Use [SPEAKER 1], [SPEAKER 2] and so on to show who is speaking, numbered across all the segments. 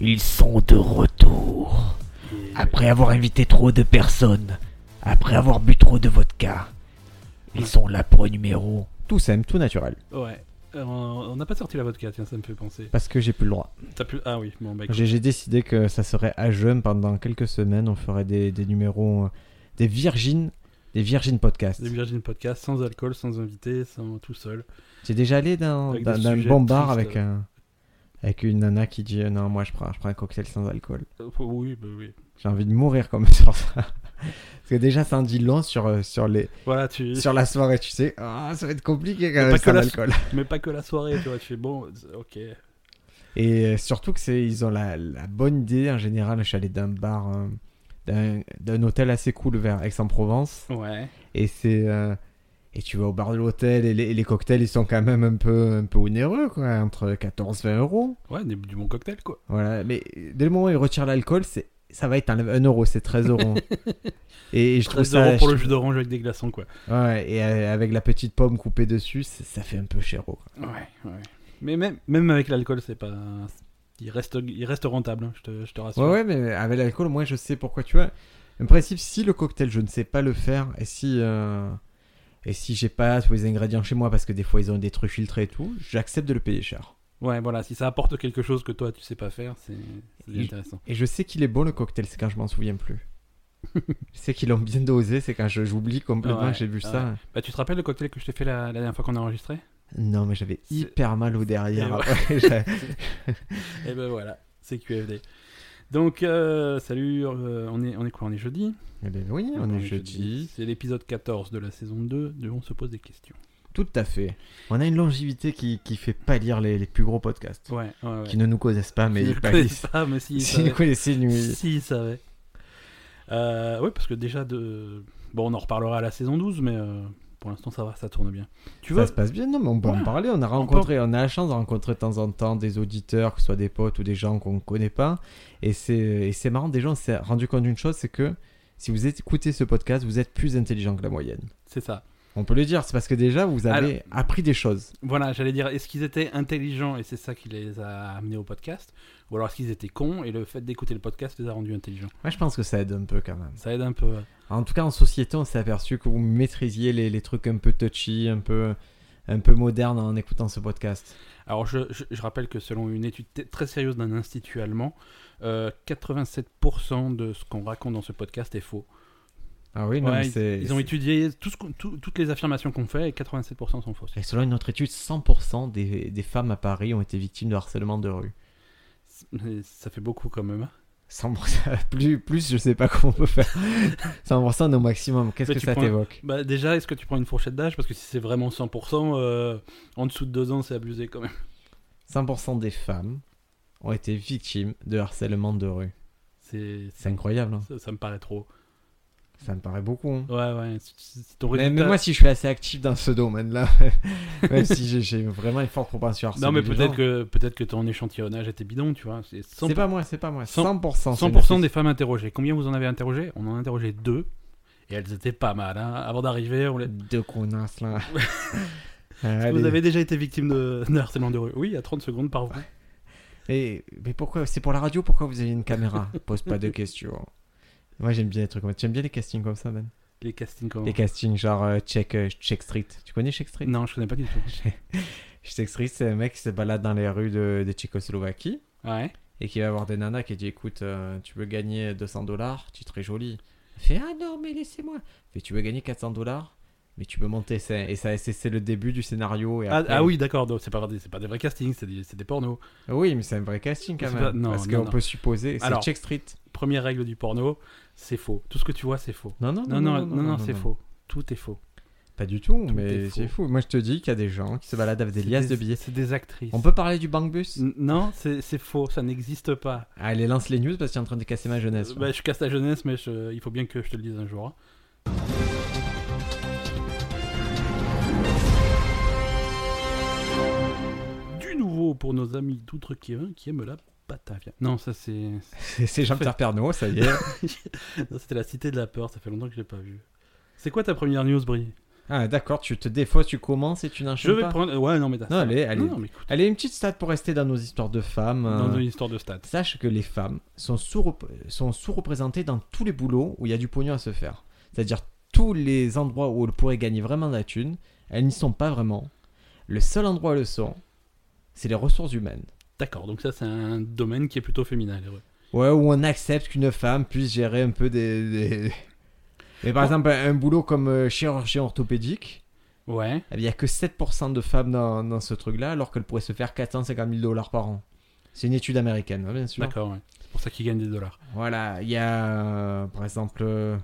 [SPEAKER 1] Ils sont de retour. Après avoir invité trop de personnes, après avoir bu trop de vodka, ils sont là pour un numéro.
[SPEAKER 2] Tout simple, tout naturel.
[SPEAKER 3] Ouais. Euh, on n'a pas sorti la vodka, tiens, ça me fait penser.
[SPEAKER 2] Parce que j'ai plus le droit.
[SPEAKER 3] T'as plus... Ah oui, bon, bah écoute.
[SPEAKER 2] J'ai j'ai décidé que ça serait à jeûne pendant quelques semaines. On ferait des, des numéros, euh, des virgines, des virgines podcasts.
[SPEAKER 3] Les Virgin Podcast, sans alcool, sans invité, sans tout seul.
[SPEAKER 2] J'ai déjà allé dans,
[SPEAKER 3] Avec
[SPEAKER 2] dans,
[SPEAKER 3] des
[SPEAKER 2] dans un
[SPEAKER 3] sujets
[SPEAKER 2] bon bar
[SPEAKER 3] tristes.
[SPEAKER 2] avec un, avec une nana qui dit euh, non moi je prends, je prends un cocktail sans alcool.
[SPEAKER 3] Euh, Oui, bah oui.
[SPEAKER 2] J'ai envie de mourir comme sur ça. Parce que déjà ça en dit long sur euh, sur les
[SPEAKER 3] Voilà, tu...
[SPEAKER 2] sur la soirée tu sais. Ah, ça va être compliqué quand
[SPEAKER 3] Mais
[SPEAKER 2] même
[SPEAKER 3] pas que
[SPEAKER 2] sans
[SPEAKER 3] la-
[SPEAKER 2] alcool.
[SPEAKER 3] mais pas que la soirée, tu vois, tu fais bon, c'est- ok.
[SPEAKER 2] Et euh, surtout que c'est ils ont la, la bonne idée en général. Je suis allé d'un bar euh, d'un d'un hôtel assez cool vers Aix-en-Provence.
[SPEAKER 3] Ouais.
[SPEAKER 2] Et c'est. euh, et tu vas au bar de l'hôtel et les, et les cocktails ils sont quand même un peu, un peu onéreux quoi, entre 14 20 euros.
[SPEAKER 3] Ouais, des- du bon cocktail, quoi.
[SPEAKER 2] Voilà, mais euh, dès le moment où ils retirent l'alcool, c'est ça va être un, un euro, c'est 13 euros. et je trouve
[SPEAKER 3] 13
[SPEAKER 2] ça.
[SPEAKER 3] euros pour le
[SPEAKER 2] je-
[SPEAKER 3] jus d'orange avec des glaçons, quoi.
[SPEAKER 2] Ouais, et euh, avec la petite pomme coupée dessus, c'est- ça fait un peu cher. quoi.
[SPEAKER 3] Ouais, ouais. Mais même, même avec l'alcool, c'est pas... Il reste, il reste rentable, hein, je, te, je te rassure.
[SPEAKER 2] Ouais, ouais, mais avec l'alcool, moi je sais pourquoi tu vois. En principe, si le cocktail je ne sais pas le faire et si. euh, Et si j'ai pas tous les ingrédients chez moi parce que des fois ils ont des trucs filtrés et tout, j'accepte de le payer cher.
[SPEAKER 3] Ouais, voilà, si ça apporte quelque chose que toi, tu sais pas faire, c'est c'est
[SPEAKER 2] Il-
[SPEAKER 3] intéressant.
[SPEAKER 2] Et je sais qu'il est bon le cocktail, c'est quand je m'en souviens plus. je sais qu'ils l'ont bien dosé, c'est quand je- j'oublie complètement
[SPEAKER 3] Ouais,
[SPEAKER 2] que j'ai vu
[SPEAKER 3] ouais.
[SPEAKER 2] ça.
[SPEAKER 3] Bah, tu te rappelles le cocktail que je t'ai fait la, la dernière fois qu'on a enregistré
[SPEAKER 2] Non, mais j'avais
[SPEAKER 3] C'est-
[SPEAKER 2] hyper mal au derrière.
[SPEAKER 3] Et ouais.
[SPEAKER 2] après, j'avais-
[SPEAKER 3] Et ben voilà, c'est QFD. Donc, euh, salut, euh, on, est, on est quoi On est jeudi
[SPEAKER 2] Eh ben oui, on est jeudi.
[SPEAKER 3] C'est l'épisode 14 de la saison 2 de On se pose des questions.
[SPEAKER 2] Tout à fait. On a une longévité qui, qui fait pâlir les, les plus gros podcasts.
[SPEAKER 3] Ouais, ouais, ouais.
[SPEAKER 2] Qui ne nous connaissent pas, mais
[SPEAKER 3] Ils ne
[SPEAKER 2] ils
[SPEAKER 3] le
[SPEAKER 2] pâlissent.
[SPEAKER 3] connaissent pas, mais si, ils
[SPEAKER 2] S'ils nous
[SPEAKER 3] savaient.
[SPEAKER 2] connaissaient, ils nous-
[SPEAKER 3] Si, ils savaient. Euh, oui, parce que déjà, de... bon, on en reparlera à la saison 12, mais euh, pour l'instant, ça va, ça tourne bien. Tu
[SPEAKER 2] ça
[SPEAKER 3] veux
[SPEAKER 2] se passe bien. Non, mais on peut
[SPEAKER 3] Ouais.
[SPEAKER 2] en parler. On a rencontré, on a la chance de rencontrer de temps en temps des auditeurs, que ce soit des potes ou des gens qu'on ne connaît pas. Et c'est et c'est marrant. Déjà, on s'est rendu compte d'une chose, c'est que si vous écoutez ce podcast, vous êtes plus intelligent que la moyenne.
[SPEAKER 3] C'est ça.
[SPEAKER 2] On peut le dire. C'est parce que déjà, vous avez appris des choses.
[SPEAKER 3] Voilà, j'allais dire, est-ce qu'ils étaient intelligents et c'est ça qui les a amenés au podcast Ou alors est-ce qu'ils étaient cons et le fait d'écouter le podcast les a rendus intelligents
[SPEAKER 2] Moi, je pense que ça aide un peu quand même.
[SPEAKER 3] Ça aide un peu. ouais.
[SPEAKER 2] En tout cas, en société, on s'est aperçu que vous maîtrisiez les, les trucs un peu touchy, un peu, un peu moderne en écoutant ce podcast.
[SPEAKER 3] Alors je, je- je rappelle que selon une étude t- très sérieuse d'un institut allemand, euh, 87% de ce qu'on raconte dans ce podcast est faux.
[SPEAKER 2] Ah oui, non,
[SPEAKER 3] Ouais,
[SPEAKER 2] mais
[SPEAKER 3] ils,
[SPEAKER 2] c'est.
[SPEAKER 3] ils ont étudié tout ce qu'on- tout- toutes les affirmations qu'on fait et 87% sont fausses.
[SPEAKER 2] Et selon une autre étude, 100% des, des femmes à Paris ont été victimes de harcèlement de rue.
[SPEAKER 3] C'est- Ça fait beaucoup quand même. hein.
[SPEAKER 2] 100%, plus, plus, je sais pas comment on peut faire. 100% au maximum. Qu'est-ce
[SPEAKER 3] Mais
[SPEAKER 2] que
[SPEAKER 3] tu
[SPEAKER 2] ça
[SPEAKER 3] prends-
[SPEAKER 2] t'évoque
[SPEAKER 3] Bah, déjà, est-ce que tu prends une fourchette d'âge Parce que si c'est vraiment 100%, euh, en dessous de 2 ans, c'est abusé quand même.
[SPEAKER 2] 100% des femmes ont été victimes de harcèlement de rue.
[SPEAKER 3] C'est,
[SPEAKER 2] C'est incroyable, hein.
[SPEAKER 3] ça- ça me paraît trop.
[SPEAKER 2] ça me paraît beaucoup. hein.
[SPEAKER 3] Ouais, ouais. c- c- c- Ton
[SPEAKER 2] Mais,
[SPEAKER 3] résultat...
[SPEAKER 2] mais moi, si je suis assez actif dans ce domaine-là, même si j'ai- j'ai vraiment une forte propension à harceler
[SPEAKER 3] non, mais
[SPEAKER 2] les
[SPEAKER 3] peut-être
[SPEAKER 2] gens.
[SPEAKER 3] que, peut-être que ton échantillonnage était bidon, tu vois. C'est 100%,
[SPEAKER 2] C'est pas moi, c'est pas moi.
[SPEAKER 3] 100
[SPEAKER 2] 100%,
[SPEAKER 3] 100% des femmes interrogées. Combien vous en avez interrogées On en a interrogé deux. Et elles étaient pas mal. hein. Avant d'arriver, on les...
[SPEAKER 2] Deux connasses là.
[SPEAKER 3] Est-ce que
[SPEAKER 2] Allez.
[SPEAKER 3] Vous avez déjà été victime de, de harcèlement de rue Oui, à 30 secondes par vous.
[SPEAKER 2] Et- mais pourquoi C'est pour la radio, pourquoi vous avez une caméra Pose pas de questions. Moi j'aime bien les trucs comme ça. Tu aimes bien les castings comme ça, Ben
[SPEAKER 3] Les castings, comment
[SPEAKER 2] Les castings genre euh, check, euh, check Street. Tu connais Check Street
[SPEAKER 3] Non, je connais pas du tout.
[SPEAKER 2] Check Street, c'est un mec qui se balade dans les rues de, de Tchécoslovaquie
[SPEAKER 3] Ouais.
[SPEAKER 2] et qui va voir des nanas qui dit écoute, euh, tu veux gagner 200 dollars, tu es très jolie. Elle fait ah non, mais laissez-moi. Elle fait tu veux gagner 400 dollars, mais tu peux monter. c'est- Et ça, c'est c'est le début du scénario. Et
[SPEAKER 3] Ah,
[SPEAKER 2] après-
[SPEAKER 3] ah oui, d'accord. donc C'est pas, des- c'est pas des vrais castings, c'est des, c'est des pornos.
[SPEAKER 2] Oui, mais c'est un vrai casting quand
[SPEAKER 3] C'est
[SPEAKER 2] même.
[SPEAKER 3] pas- non,
[SPEAKER 2] parce
[SPEAKER 3] non,
[SPEAKER 2] qu'on
[SPEAKER 3] non.
[SPEAKER 2] peut supposer. C'est
[SPEAKER 3] Alors-
[SPEAKER 2] Check Street.
[SPEAKER 3] Première règle du porno, c'est faux. Tout ce que tu vois, c'est faux.
[SPEAKER 2] Non, non,
[SPEAKER 3] Non, non, non, non, c'est faux. Tout est faux.
[SPEAKER 2] Pas du tout,
[SPEAKER 3] Tout est
[SPEAKER 2] mais
[SPEAKER 3] faux.
[SPEAKER 2] c'est fou. Moi, je te dis qu'il y a des gens qui se baladent avec des
[SPEAKER 3] C'est
[SPEAKER 2] liasses de billets.
[SPEAKER 3] C'est des Mm. actrices.
[SPEAKER 2] On peut parler du bank bus
[SPEAKER 3] N- Non, c'est c'est faux. Ça n'existe pas.
[SPEAKER 2] Allez, lance les news parce que tu es en train de casser ma jeunesse. là.
[SPEAKER 3] Euh, bah, je casse ta jeunesse, mais je- il faut bien que je te le dise un jour. hein. Du nouveau pour nos amis d'Outre-Quévin qui aiment la Batavia. Non, ça c'est.
[SPEAKER 2] C'est- c'est Jean-Pierre Pernaud, ça y est.
[SPEAKER 3] non, C'était la cité de la peur, ça fait longtemps que je l'ai pas vu. C'est quoi ta première news, Brie
[SPEAKER 2] Ah, d'accord, tu te des fois tu commences et tu
[SPEAKER 3] Je
[SPEAKER 2] n'enchaînes
[SPEAKER 3] vais
[SPEAKER 2] pas.
[SPEAKER 3] prendre. Ouais, non, mais
[SPEAKER 2] Non, allez, allez.
[SPEAKER 3] Non, mais écoute,
[SPEAKER 2] Allez, une petite stat pour rester dans nos histoires de femmes.
[SPEAKER 3] dans
[SPEAKER 2] euh,
[SPEAKER 3] une histoire de stats.
[SPEAKER 2] Sache que les femmes sont sous-rep- sont sous-représentées dans tous les boulots où il y a du pognon à se faire. C'est-à-dire tous les endroits où elles pourraient gagner vraiment de la thune, elles n'y sont pas vraiment. Le seul endroit où elles le sont, c'est les ressources humaines.
[SPEAKER 3] D'accord, donc ça, c'est un domaine qui est plutôt féminin. les vrais.
[SPEAKER 2] Ouais, où on accepte qu'une femme puisse gérer un peu des... des- Mais par
[SPEAKER 3] Bon.
[SPEAKER 2] exemple, un un boulot comme euh, chirurgien orthopédique,
[SPEAKER 3] Ouais.
[SPEAKER 2] eh bien, il n'y a que 7% de femmes dans, dans ce truc-là, alors qu'elles pourraient se faire 450 000 dollars par an. C'est une étude américaine, hein, bien sûr.
[SPEAKER 3] D'accord, ouais. C'est pour ça qu'ils gagnent des dollars.
[SPEAKER 2] Voilà, il y a euh, par exemple euh,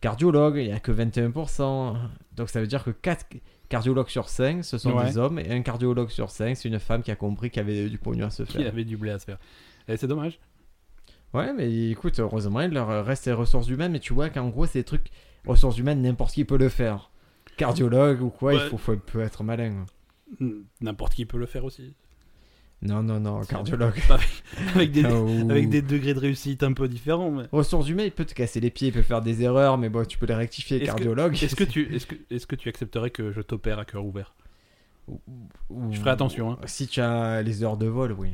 [SPEAKER 2] cardiologue, il n'y a que 21%. Donc ça veut dire que 4 cardiologues sur 5, ce sont
[SPEAKER 3] Ouais.
[SPEAKER 2] des hommes, et un cardiologue sur 5, c'est une femme qui a compris qu'il y avait du pognon à se
[SPEAKER 3] Qui
[SPEAKER 2] faire.
[SPEAKER 3] avait du blé à se faire. Eh, c'est dommage.
[SPEAKER 2] Ouais, mais écoute, heureusement, il leur reste les ressources humaines, mais tu vois qu'en gros, c'est des trucs, ressources humaines, n'importe qui peut le faire. Cardiologue ou quoi, il
[SPEAKER 3] Ouais.
[SPEAKER 2] faut, faut- faut être malin.
[SPEAKER 3] N'importe qui peut le faire aussi.
[SPEAKER 2] Non, non, non, cardiologue.
[SPEAKER 3] Avec des,
[SPEAKER 2] Ou-
[SPEAKER 3] avec des degrés de réussite un peu différents. mais-
[SPEAKER 2] Ressources humaines, il peut te casser les pieds, il peut faire des erreurs, mais bon, tu peux les rectifier.
[SPEAKER 3] Est-ce que-
[SPEAKER 2] Cardiologue.
[SPEAKER 3] Est-ce que, tu- est-ce que, est-ce que tu accepterais que je t'opère à cœur ouvert
[SPEAKER 2] Ou-
[SPEAKER 3] Je ferai attention. hein.
[SPEAKER 2] Si tu as les heures de vol, oui.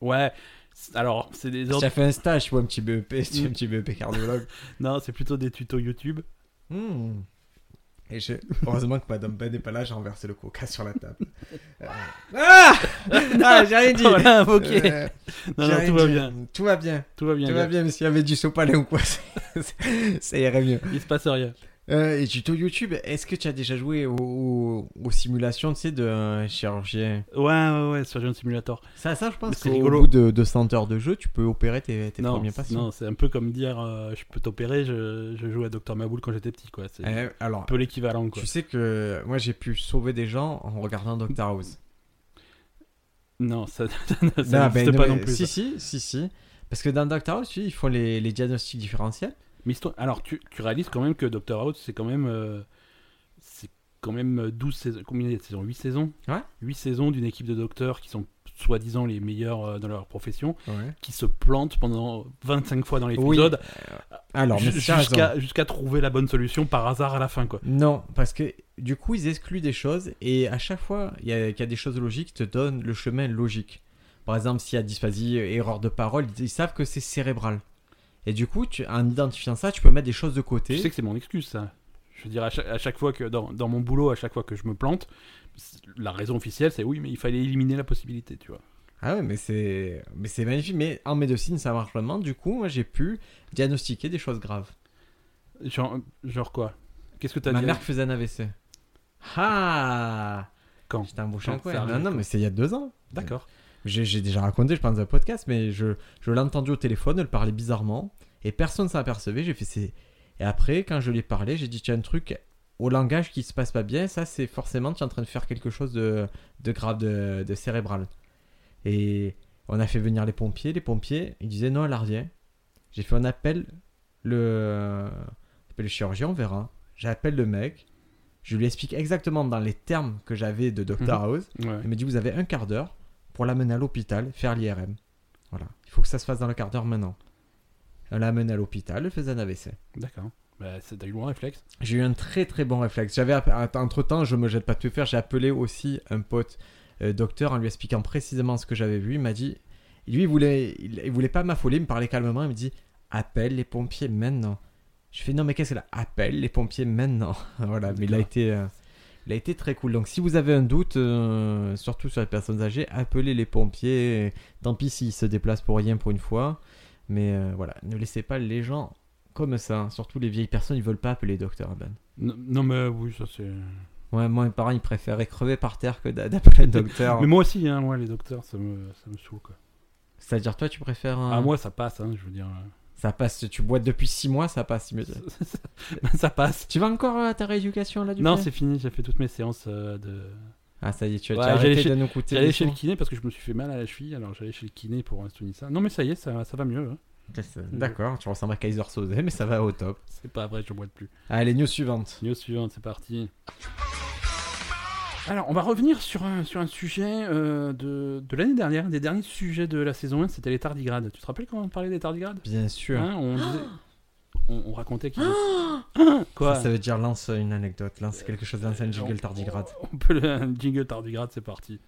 [SPEAKER 3] Ouais. c'est- Alors, c'est des
[SPEAKER 2] Si tu
[SPEAKER 3] ordres.
[SPEAKER 2] as fait un stage, tu vois, un petit BEP, si tu es un
[SPEAKER 3] Mm.
[SPEAKER 2] petit BEP cardiologue.
[SPEAKER 3] Non, c'est plutôt des tutos YouTube.
[SPEAKER 2] Hmm. Et je- Heureusement que Madame Ben n'est pas là, j'ai renversé le coca sur la table. Euh, Ah Non, j'ai rien dit
[SPEAKER 3] On l'a invoqué.
[SPEAKER 2] Euh,
[SPEAKER 3] non,
[SPEAKER 2] j'ai
[SPEAKER 3] non,
[SPEAKER 2] rien
[SPEAKER 3] tout va
[SPEAKER 2] dit.
[SPEAKER 3] bien.
[SPEAKER 2] Tout va bien.
[SPEAKER 3] Tout va bien.
[SPEAKER 2] Tout
[SPEAKER 3] gars.
[SPEAKER 2] va bien, mais s'il y avait du sopalin ou quoi, c'est- c'est- ça irait mieux.
[SPEAKER 3] Il se passe rien.
[SPEAKER 2] Euh, et tuto YouTube, est-ce que tu as déjà joué au- au- aux simulations, tu sais, d'un chirurgien
[SPEAKER 3] Ouais, ouais, ouais, sur John Simulator.
[SPEAKER 2] Ça, ça, je
[SPEAKER 3] Mais
[SPEAKER 2] pense
[SPEAKER 3] c'est
[SPEAKER 2] qu'au
[SPEAKER 3] rigolo.
[SPEAKER 2] bout de, de 100 heures de jeu, tu peux opérer tes, tes
[SPEAKER 3] non,
[SPEAKER 2] premiers
[SPEAKER 3] c'est-
[SPEAKER 2] patients.
[SPEAKER 3] non, c'est un peu comme dire euh, je peux t'opérer, je, je jouais à Docteur Maboul quand j'étais petit, quoi. C'est un
[SPEAKER 2] Euh, alors,
[SPEAKER 3] peu l'équivalent, quoi.
[SPEAKER 2] Tu sais que moi j'ai pu sauver des gens en regardant Doctor House.
[SPEAKER 3] Non, ça, ça n'existe pas non plus.
[SPEAKER 2] ben, Si,
[SPEAKER 3] ça.
[SPEAKER 2] si, si, si. Parce que dans Doctor House, tu sais, ils font les, les diagnostics différentiels.
[SPEAKER 3] Mais histoire- Alors, tu, tu réalises quand même que Doctor House, c'est quand même. euh, c'est quand même euh, 12 saisons. Combien il y a de saisons 8 saisons
[SPEAKER 2] Ouais.
[SPEAKER 3] 8 saisons d'une équipe de docteurs qui sont soi-disant les meilleurs euh, dans leur profession, qui se plantent pendant 25 fois dans l'épisode
[SPEAKER 2] Alors, mais
[SPEAKER 3] ju-
[SPEAKER 2] c'est
[SPEAKER 3] jusqu'à jusqu'à trouver la bonne solution par hasard à la fin, quoi.
[SPEAKER 2] Non, parce que du coup, ils excluent des choses et à chaque fois il y a- qu'il y a des choses logiques, ils te donnent le chemin logique. Par exemple, s'il y a dysphasie, euh, erreur de parole, ils, ils savent que c'est cérébral. Et du coup, tu, en identifiant ça, tu peux mettre des choses de côté.
[SPEAKER 3] Tu sais que c'est mon excuse, ça. Je veux dire, à chaque, à chaque fois que, dans, dans mon boulot, à chaque fois que je me plante, c'est- la raison officielle, c'est oui, mais il fallait éliminer la possibilité, tu vois.
[SPEAKER 2] Ah ouais, mais c'est mais c'est magnifique. Mais en médecine, ça marche vraiment. Du coup, moi, j'ai pu diagnostiquer des choses graves.
[SPEAKER 3] Genre, genre quoi Qu'est-ce que t'as
[SPEAKER 2] Ma
[SPEAKER 3] dit
[SPEAKER 2] mère qui faisait un AVC. Ah
[SPEAKER 3] Quand
[SPEAKER 2] J'étais un bouchon
[SPEAKER 3] Quand
[SPEAKER 2] quoi.
[SPEAKER 3] ça
[SPEAKER 2] Non,
[SPEAKER 3] arrive,
[SPEAKER 2] non,
[SPEAKER 3] quoi.
[SPEAKER 2] mais c'est il y a deux ans.
[SPEAKER 3] D'accord.
[SPEAKER 2] J'ai j'ai déjà raconté, je pense, dans un podcast, mais je, je l'ai entendu au téléphone, elle parlait bizarrement. Et personne s'en apercevait. J'ai fait c'est. Et après, quand je lui ai parlé, j'ai dit tu as un truc au langage qui se passe pas bien. Ça, c'est forcément tu es en train de faire quelque chose de, de grave, de, de cérébral. Et on a fait venir les pompiers. Les pompiers, ils disaient non, elle a rien. J'ai fait on appelle le, on appelle le chirurgien, on verra. J'appelle le mec. Je lui explique exactement dans les termes que j'avais de Dr.
[SPEAKER 3] Mhm.
[SPEAKER 2] House.
[SPEAKER 3] Ouais.
[SPEAKER 2] Elle m'a dit vous avez un quart d'heure pour l'amener à l'hôpital, faire l'IRM. Voilà. Il faut que ça se fasse dans le quart d'heure maintenant. Elle l'amène à l'hôpital, elle faisait un AVC.
[SPEAKER 3] D'accord. Bah, c'est- t'as eu le bon réflexe.
[SPEAKER 2] J'ai eu un très très bon réflexe. J'avais app- entre temps, je me jette pas de tout faire, j'ai appelé aussi un pote euh, docteur en lui expliquant précisément ce que j'avais vu. Il m'a dit, lui il voulait, il, il voulait pas m'affoler, il me parlait calmement. Il me dit, appelle les pompiers maintenant. Je fais non mais qu'est-ce qu'elle a Appelle les pompiers maintenant. voilà, mais il a
[SPEAKER 3] D'accord.
[SPEAKER 2] été, euh, il a été très cool. Donc si vous avez un doute, euh, surtout sur les personnes âgées, appelez les pompiers. Tant pis s'ils se déplacent pour rien pour une fois. Mais euh, voilà, ne laissez pas les gens comme ça. Surtout les vieilles personnes, ils veulent pas appeler docteur Ben.
[SPEAKER 3] Non, non, mais oui, ça c'est.
[SPEAKER 2] Ouais, moi, mes parents, ils préféraient crever par terre que d'a- d'appeler un docteur.
[SPEAKER 3] Mais moi aussi, hein, moi, les docteurs, ça me, ça me saoule, quoi.
[SPEAKER 2] C'est-à-dire, toi, tu préfères. un-
[SPEAKER 3] Ah, moi, ça passe, hein, je veux dire.
[SPEAKER 2] Ça passe, tu boites depuis 6 mois, ça passe. mais-
[SPEAKER 3] ça passe.
[SPEAKER 2] Tu vas encore à ta rééducation là du
[SPEAKER 3] Non,
[SPEAKER 2] coup
[SPEAKER 3] c'est fini, j'ai fait toutes mes séances euh, de.
[SPEAKER 2] Ah, ça y est, tu as
[SPEAKER 3] Ouais,
[SPEAKER 2] déjà
[SPEAKER 3] j'allais
[SPEAKER 2] arrêté
[SPEAKER 3] chez-
[SPEAKER 2] de nous coûter.
[SPEAKER 3] J'allais
[SPEAKER 2] des
[SPEAKER 3] chez le
[SPEAKER 2] sous.
[SPEAKER 3] kiné parce que je me suis fait mal à la cheville, alors j'allais chez le kiné pour installer ça. Non, mais ça y est, ça, ça va mieux. hein.
[SPEAKER 2] D'accord, tu ressembles à Kaiser Soze, mais ça va au top.
[SPEAKER 3] C'est pas vrai, je boite plus.
[SPEAKER 2] Allez, news suivante.
[SPEAKER 3] News suivante, c'est parti. Alors, on va revenir sur un, sur un sujet euh, de, de l'année dernière. Un des derniers sujets de la saison 1, c'était les tardigrades. Tu te rappelles quand hein. on parlait des tardigrades
[SPEAKER 2] Bien sûr.
[SPEAKER 3] Hein, on, disait, on, on racontait qu'il. Ah, Quoi
[SPEAKER 2] Ça, ça veut dire lance une anecdote, lance quelque chose, lance un
[SPEAKER 3] On-
[SPEAKER 2] jingle tardigrade.
[SPEAKER 3] On, on peut le un jingle tardigrade, c'est parti.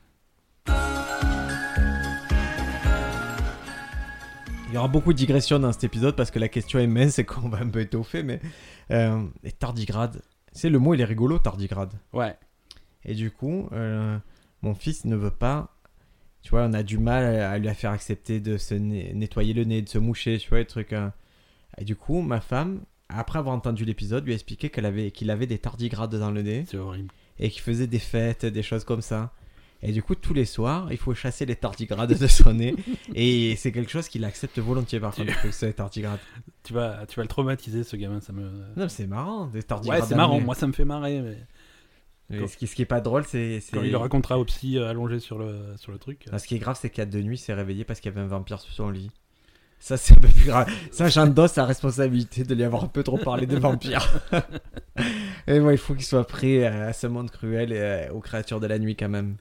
[SPEAKER 2] Il y aura beaucoup de digressions dans cet épisode parce que la question est mince et qu'on va un peu étoffer, mais euh, et tardigrade, c'est le mot, il est rigolo, tardigrade.
[SPEAKER 3] Ouais.
[SPEAKER 2] Et du coup, euh, mon fils ne veut pas. Tu vois, on a du mal à lui faire accepter de se né- nettoyer le nez, de se moucher, tu vois, les trucs. hein. Et du coup, ma femme, après avoir entendu l'épisode, lui a expliqué qu'elle avait, qu'il avait des tardigrades dans le nez
[SPEAKER 3] C'est horrible.
[SPEAKER 2] et qu'il faisait des fêtes, des choses comme ça. Et du coup, tous les soirs, il faut chasser les tardigrades de son nez. Et c'est quelque chose qu'il accepte volontiers, par contre, que c'est des tardigrades.
[SPEAKER 3] Tu vas, tu vas le traumatiser, ce gamin. Ça me.
[SPEAKER 2] Non, mais c'est marrant, des tardigrades.
[SPEAKER 3] Ouais, c'est
[SPEAKER 2] dans le
[SPEAKER 3] marrant.
[SPEAKER 2] nez.
[SPEAKER 3] Moi, ça me fait marrer. mais
[SPEAKER 2] Mais ce qui, ce qui est pas drôle, c'est. c'est-
[SPEAKER 3] Quand il le racontera au psy euh, allongé sur le, sur le truc. euh.
[SPEAKER 2] Non, ce qui est grave, c'est qu'à deux nuits, il s'est réveillé parce qu'il y avait un vampire sous son lit. Ça, c'est un peu plus grave. Ça, j'endosse sa responsabilité de lui avoir un peu trop parlé des vampires. et moi, il faut qu'il soit prêt à, à ce monde cruel et euh, aux créatures de la nuit, quand même.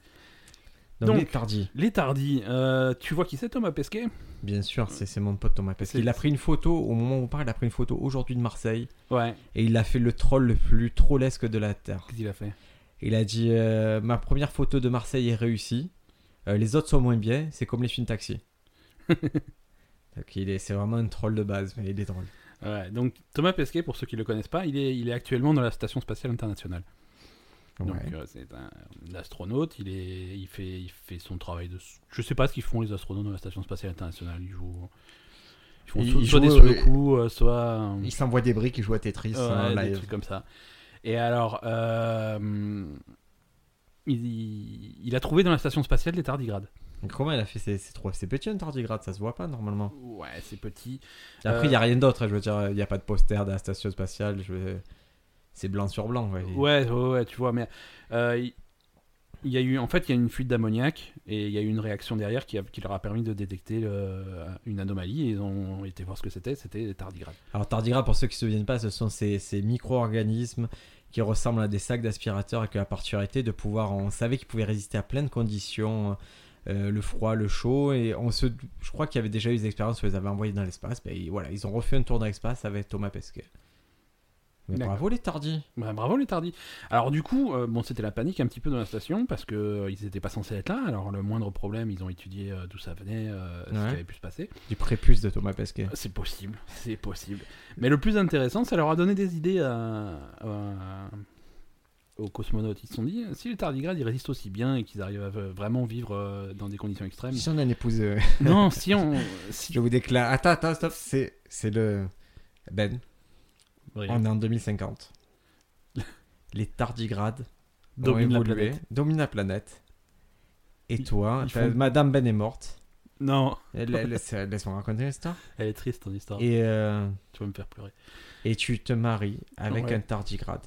[SPEAKER 2] Donc,
[SPEAKER 3] Donc-
[SPEAKER 2] il est tardi.
[SPEAKER 3] Les tardis. euh, tu vois qui c'est, Thomas Pesquet
[SPEAKER 2] Bien sûr, c'est c'est mon pote Thomas. Parce
[SPEAKER 3] C'est-
[SPEAKER 2] qu'il a pris une photo, au moment où on parle, il a pris une photo aujourd'hui de Marseille.
[SPEAKER 3] Ouais.
[SPEAKER 2] Et il a fait le troll le plus trollesque de la Terre.
[SPEAKER 3] Qu'est-ce qu'il a fait
[SPEAKER 2] Il a dit euh, Ma première photo de Marseille est réussie. Euh, les autres sont moins bien. C'est comme les films taxi. Donc, il est, c'est vraiment un troll de base, mais il est drôle.
[SPEAKER 3] Ouais, donc Thomas Pesquet, pour ceux qui ne le connaissent pas, il est, il est actuellement dans la Station Spatiale Internationale. Donc
[SPEAKER 2] Ouais.
[SPEAKER 3] euh, c'est un, un astronaute, il, est, il, fait, il fait son travail de... sou- Je sais pas ce qu'ils font les astronautes dans la Station Spatiale Internationale, ils jouent... Ils font
[SPEAKER 2] Ils-
[SPEAKER 3] so-
[SPEAKER 2] ils
[SPEAKER 3] soit des
[SPEAKER 2] jouent, euh,
[SPEAKER 3] sudoku, euh, soit...
[SPEAKER 2] Il s'envoie des briques, il joue à Tetris en
[SPEAKER 3] Ouais, des
[SPEAKER 2] live.
[SPEAKER 3] trucs comme ça. Et alors, euh, il, il a trouvé dans la Station Spatiale des tardigrades.
[SPEAKER 2] Mais Comment il a fait ces, ces trois C'est petit un tardigrade, ça se voit pas normalement.
[SPEAKER 3] Ouais, c'est petit.
[SPEAKER 2] Et après,
[SPEAKER 3] Euh,
[SPEAKER 2] il y a rien d'autre. hein, Je veux dire, euh, il n'y a pas de poster de la station spatiale. Je... veux- C'est blanc sur blanc. Ouais.
[SPEAKER 3] Ouais, ouais, ouais, tu vois, mais euh, il il y a eu, en fait, il y a eu une fuite d'ammoniac et il y a eu une réaction derrière qui, a- qui leur a permis de détecter euh, une anomalie. Et ils ont été voir ce que c'était, c'était des tardigrades.
[SPEAKER 2] Alors tardigrade, pour ceux qui se souviennent pas, ce sont ces, ces micro-organismes qui ressemblent à des sacs d'aspirateur avec la particularité de pouvoir, on savait qu'ils pouvaient résister à plein de conditions, euh, le froid, le chaud, et on se, je crois qu'il y avait déjà eu des expériences où ils avaient envoyé dans l'espace, mais voilà, ils ont refait un tour dans l'espace avec Thomas Pesquet. Mais
[SPEAKER 3] D'accord.
[SPEAKER 2] bravo les tardis
[SPEAKER 3] Bah, bravo les tardis. Alors du coup, euh, bon, c'était la panique un petit peu dans la station parce que euh, ils n'étaient pas censés être là. Alors le moindre problème, ils ont étudié euh, d'où ça venait, euh, ce
[SPEAKER 2] Ouais.
[SPEAKER 3] qui avait pu se passer.
[SPEAKER 2] du prépuce de Thomas Pesquet.
[SPEAKER 3] C'est possible, c'est possible. Mais le plus intéressant, ça leur a donné des idées à, à- aux cosmonautes. Ils se sont dit, si les tardigrades ils résistent aussi bien et qu'ils arrivent à v- vraiment vivre euh, dans des conditions extrêmes.
[SPEAKER 2] Si on a une épouse, euh,
[SPEAKER 3] non, si on. Si...
[SPEAKER 2] je vous déclare. Attends, attends, stop, c'est, c'est le Ben.
[SPEAKER 3] Oui.
[SPEAKER 2] On est en 2050. les tardigrades
[SPEAKER 3] Domine
[SPEAKER 2] ont
[SPEAKER 3] la
[SPEAKER 2] évolué,
[SPEAKER 3] planète.
[SPEAKER 2] dominent la planète. Et
[SPEAKER 3] Ils-
[SPEAKER 2] toi,
[SPEAKER 3] ils
[SPEAKER 2] t'as-
[SPEAKER 3] font-
[SPEAKER 2] Madame Ben est morte.
[SPEAKER 3] Non,
[SPEAKER 2] Elle- elle- laisse- Laisse-moi raconter l'histoire.
[SPEAKER 3] elle est triste ton histoire.
[SPEAKER 2] Et, euh,
[SPEAKER 3] Tu vas me faire pleurer.
[SPEAKER 2] et tu te maries avec
[SPEAKER 3] Ouais.
[SPEAKER 2] un tardigrade.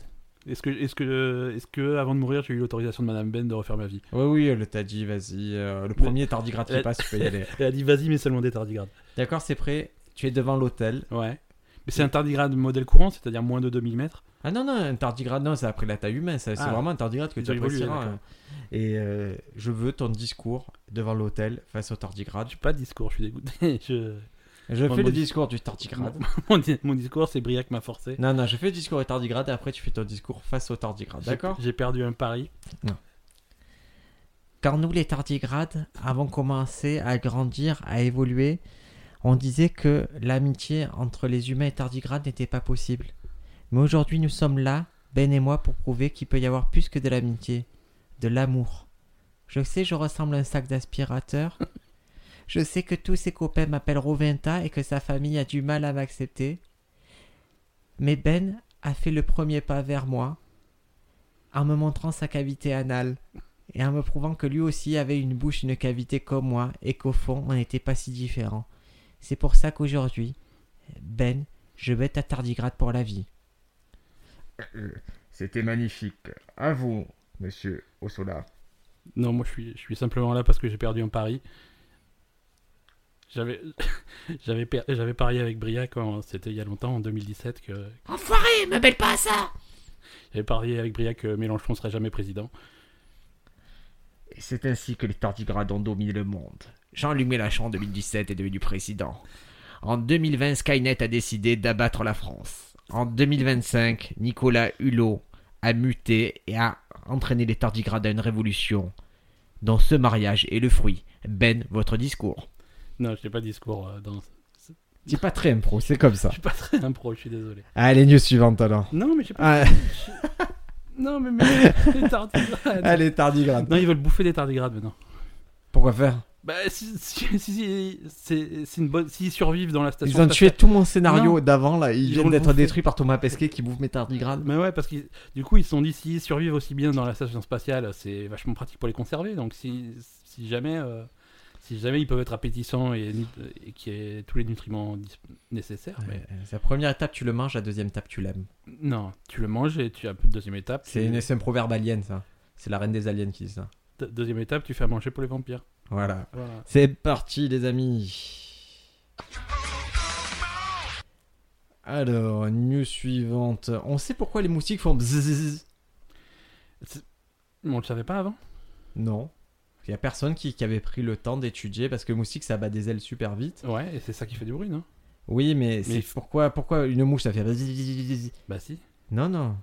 [SPEAKER 3] Est-ce que, est-ce que, est-ce que, avant de mourir, j'ai eu l'autorisation de Madame Ben de refaire ma vie
[SPEAKER 2] Oui, oui, elle t'a dit, vas-y, euh, le premier tardigrade qui
[SPEAKER 3] Elle-
[SPEAKER 2] passe, tu peux y aller.
[SPEAKER 3] Elle a dit, vas-y, mais seulement des tardigrades.
[SPEAKER 2] D'accord, c'est prêt. Tu es devant l'hôtel.
[SPEAKER 3] Ouais. Mais c'est un tardigrade modèle courant, c'est-à-dire moins de 2 mm.
[SPEAKER 2] Ah non, non, un tardigrade, non, ça a pris la taille humaine. ça- C'est
[SPEAKER 3] Ah.
[SPEAKER 2] vraiment un tardigrade que
[SPEAKER 3] Ils
[SPEAKER 2] tu
[SPEAKER 3] ont évolué,
[SPEAKER 2] apprécieras.
[SPEAKER 3] d'accord.
[SPEAKER 2] Et euh, je veux ton discours devant l'hôtel face au tardigrade.
[SPEAKER 3] J'ai pas de discours, je suis dégoûté. Je-
[SPEAKER 2] Je
[SPEAKER 3] Bon,
[SPEAKER 2] fais
[SPEAKER 3] bon
[SPEAKER 2] le
[SPEAKER 3] dis-
[SPEAKER 2] discours du tardigrade.
[SPEAKER 3] Mon, di- mon discours, c'est Briac m'a forcé.
[SPEAKER 2] Non, non, je fais le discours et tardigrade et après tu fais ton discours face au tardigrade,
[SPEAKER 3] J'ai-
[SPEAKER 2] d'accord
[SPEAKER 3] J'ai perdu un pari.
[SPEAKER 2] Quand nous, les tardigrades, avons commencé à grandir, à évoluer, on disait que l'amitié entre les humains et tardigrades n'était pas possible. Mais aujourd'hui, nous sommes là, Ben et moi, pour prouver qu'il peut y avoir plus que de l'amitié, de l'amour. Je sais, je ressemble à un sac d'aspirateur. Je sais que tous ses copains m'appellent Rovinta et que sa famille a du mal à m'accepter. Mais Ben a fait le premier pas vers moi en me montrant sa cavité anale et en me prouvant que lui aussi avait une bouche, une cavité comme moi, et qu'au fond, on n'était pas si différents. C'est pour ça qu'aujourd'hui, Ben, je vais ta tardigrade pour la vie.
[SPEAKER 4] C'était magnifique. À vous, monsieur Osola.
[SPEAKER 3] Non, moi, je suis, je suis simplement là parce que j'ai perdu un pari. J'avais j'avais per- j'avais parié avec Briac, quand c'était il y a longtemps, en 2017, que
[SPEAKER 5] Enfoiré, me mêle pas à ça
[SPEAKER 3] j'avais parié avec Briac que Mélenchon serait jamais président.
[SPEAKER 4] Et c'est ainsi que les tardigrades ont dominé le monde.
[SPEAKER 1] Jean-Luc Mélenchon en 2017 est devenu président.
[SPEAKER 2] En 2020, Skynet a décidé d'abattre la France. En 2025, Nicolas Hulot a muté et a entraîné les tardigrades à une révolution dont ce mariage est le fruit. Ben, votre discours.
[SPEAKER 3] Non, je n'ai pas de discours euh, dans.
[SPEAKER 2] C'est pas très impro, c'est comme ça.
[SPEAKER 3] Je suis pas très impro, je suis désolé.
[SPEAKER 2] Allez, news suivante alors.
[SPEAKER 3] Non, mais j'ai pas.
[SPEAKER 2] Ah,
[SPEAKER 3] Non, mais, mais les tardigrades.
[SPEAKER 2] allez, tardigrade.
[SPEAKER 3] Non, ils veulent bouffer des tardigrades maintenant.
[SPEAKER 2] Pourquoi faire
[SPEAKER 3] Bah, si, si, si, si- c'est, c'est une bonne. S'ils survivent dans la station.
[SPEAKER 2] Ils ont tué
[SPEAKER 3] spatiale-
[SPEAKER 2] tout mon scénario d'avant là. Ils,
[SPEAKER 3] Ils
[SPEAKER 2] viennent
[SPEAKER 3] vont le
[SPEAKER 2] d'être
[SPEAKER 3] bouffer.
[SPEAKER 2] détruits par Thomas Pesquet qui bouffe mes tardigrades.
[SPEAKER 3] Mais ouais, parce que du coup, ils se sont dit s'ils survivent aussi bien dans la station spatiale, c'est vachement pratique pour les conserver. Donc, si, si jamais. euh, Si jamais ils peuvent être appétissants et, nut- et qu'il y ait tous les nutriments dis- nécessaires, mais
[SPEAKER 2] Ouais, C'est la première étape, tu le manges. La deuxième étape, tu l'aimes.
[SPEAKER 3] non, tu le manges et tu as deuxième étape.
[SPEAKER 2] C'est
[SPEAKER 3] tu-
[SPEAKER 2] une- c'est un proverbe alien ça. C'est la reine des aliens qui dit ça.
[SPEAKER 3] de- Deuxième étape, tu fais à manger pour les vampires.
[SPEAKER 2] Voilà.
[SPEAKER 3] Voilà.
[SPEAKER 2] C'est parti les amis. Alors, news suivante. On sait pourquoi les moustiques font bzzz.
[SPEAKER 3] Mais on le savait pas avant.
[SPEAKER 2] Non. Il y a personne qui, qui avait pris le temps d'étudier parce que moustique ça bat des ailes super vite.
[SPEAKER 3] Ouais, et c'est ça qui fait du bruit, non
[SPEAKER 2] Oui, mais, c'est
[SPEAKER 3] f-
[SPEAKER 2] pourquoi pourquoi une mouche ça fait bzzz.
[SPEAKER 3] Bah si.
[SPEAKER 2] Non non.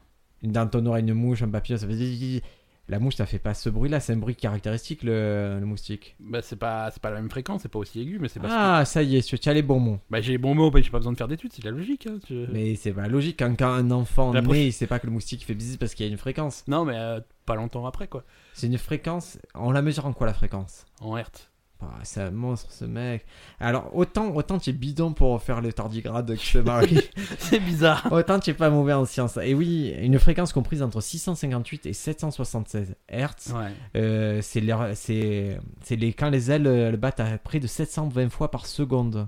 [SPEAKER 2] Dans ton oreille une mouche, un papillon ça fait bzzz. La mouche ça fait pas ce bruit là, c'est un bruit caractéristique le, le moustique.
[SPEAKER 3] Bah c'est pas c'est pas la même fréquence, c'est pas aussi aigu, mais c'est parce que
[SPEAKER 2] Ah, ça y est, tu tu as les bons mots.
[SPEAKER 3] bah j'ai les bons mots, bah, j'ai pas besoin de faire d'études, c'est de la logique. hein, je-
[SPEAKER 2] Mais c'est pas logique quand, quand un enfant
[SPEAKER 3] La
[SPEAKER 2] naît,
[SPEAKER 3] prochaine-
[SPEAKER 2] il sait pas que le moustique fait bzzz parce qu'il y a une fréquence.
[SPEAKER 3] Non, mais euh, pas longtemps après quoi.
[SPEAKER 2] C'est une fréquence. On la mesure en quoi la fréquence
[SPEAKER 3] En hertz.
[SPEAKER 2] Ah, C'est un monstre ce mec. Alors autant autant tu es bidon pour faire le tardigrade qui se marie,
[SPEAKER 3] c'est bizarre.
[SPEAKER 2] autant tu es pas mauvais en science. Et oui, une fréquence comprise entre 658 et 776 Hertz.
[SPEAKER 3] Ouais.
[SPEAKER 2] euh, c'est leur- c'est c'est les quand les ailes euh, elles battent à près de 720 fois par seconde.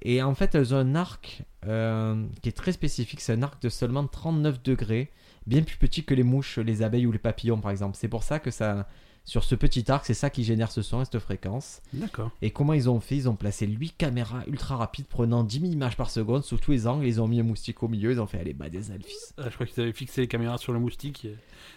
[SPEAKER 2] Et en fait, elles ont un arc euh, qui est très spécifique. C'est un arc de seulement 39 degrés, bien plus petit que les mouches, les abeilles ou les papillons, par exemple. C'est pour ça que ça, sur ce petit arc, c'est ça qui génère ce son et cette fréquence.
[SPEAKER 3] D'accord.
[SPEAKER 2] Et comment ils ont fait Ils ont placé 8 caméras ultra rapides prenant 10 000 images par seconde sous tous les angles. Ils ont mis un moustique au milieu. Ils ont fait allez bah des elfes.
[SPEAKER 3] Ah, je crois qu'ils avaient fixé les caméras sur le moustique, et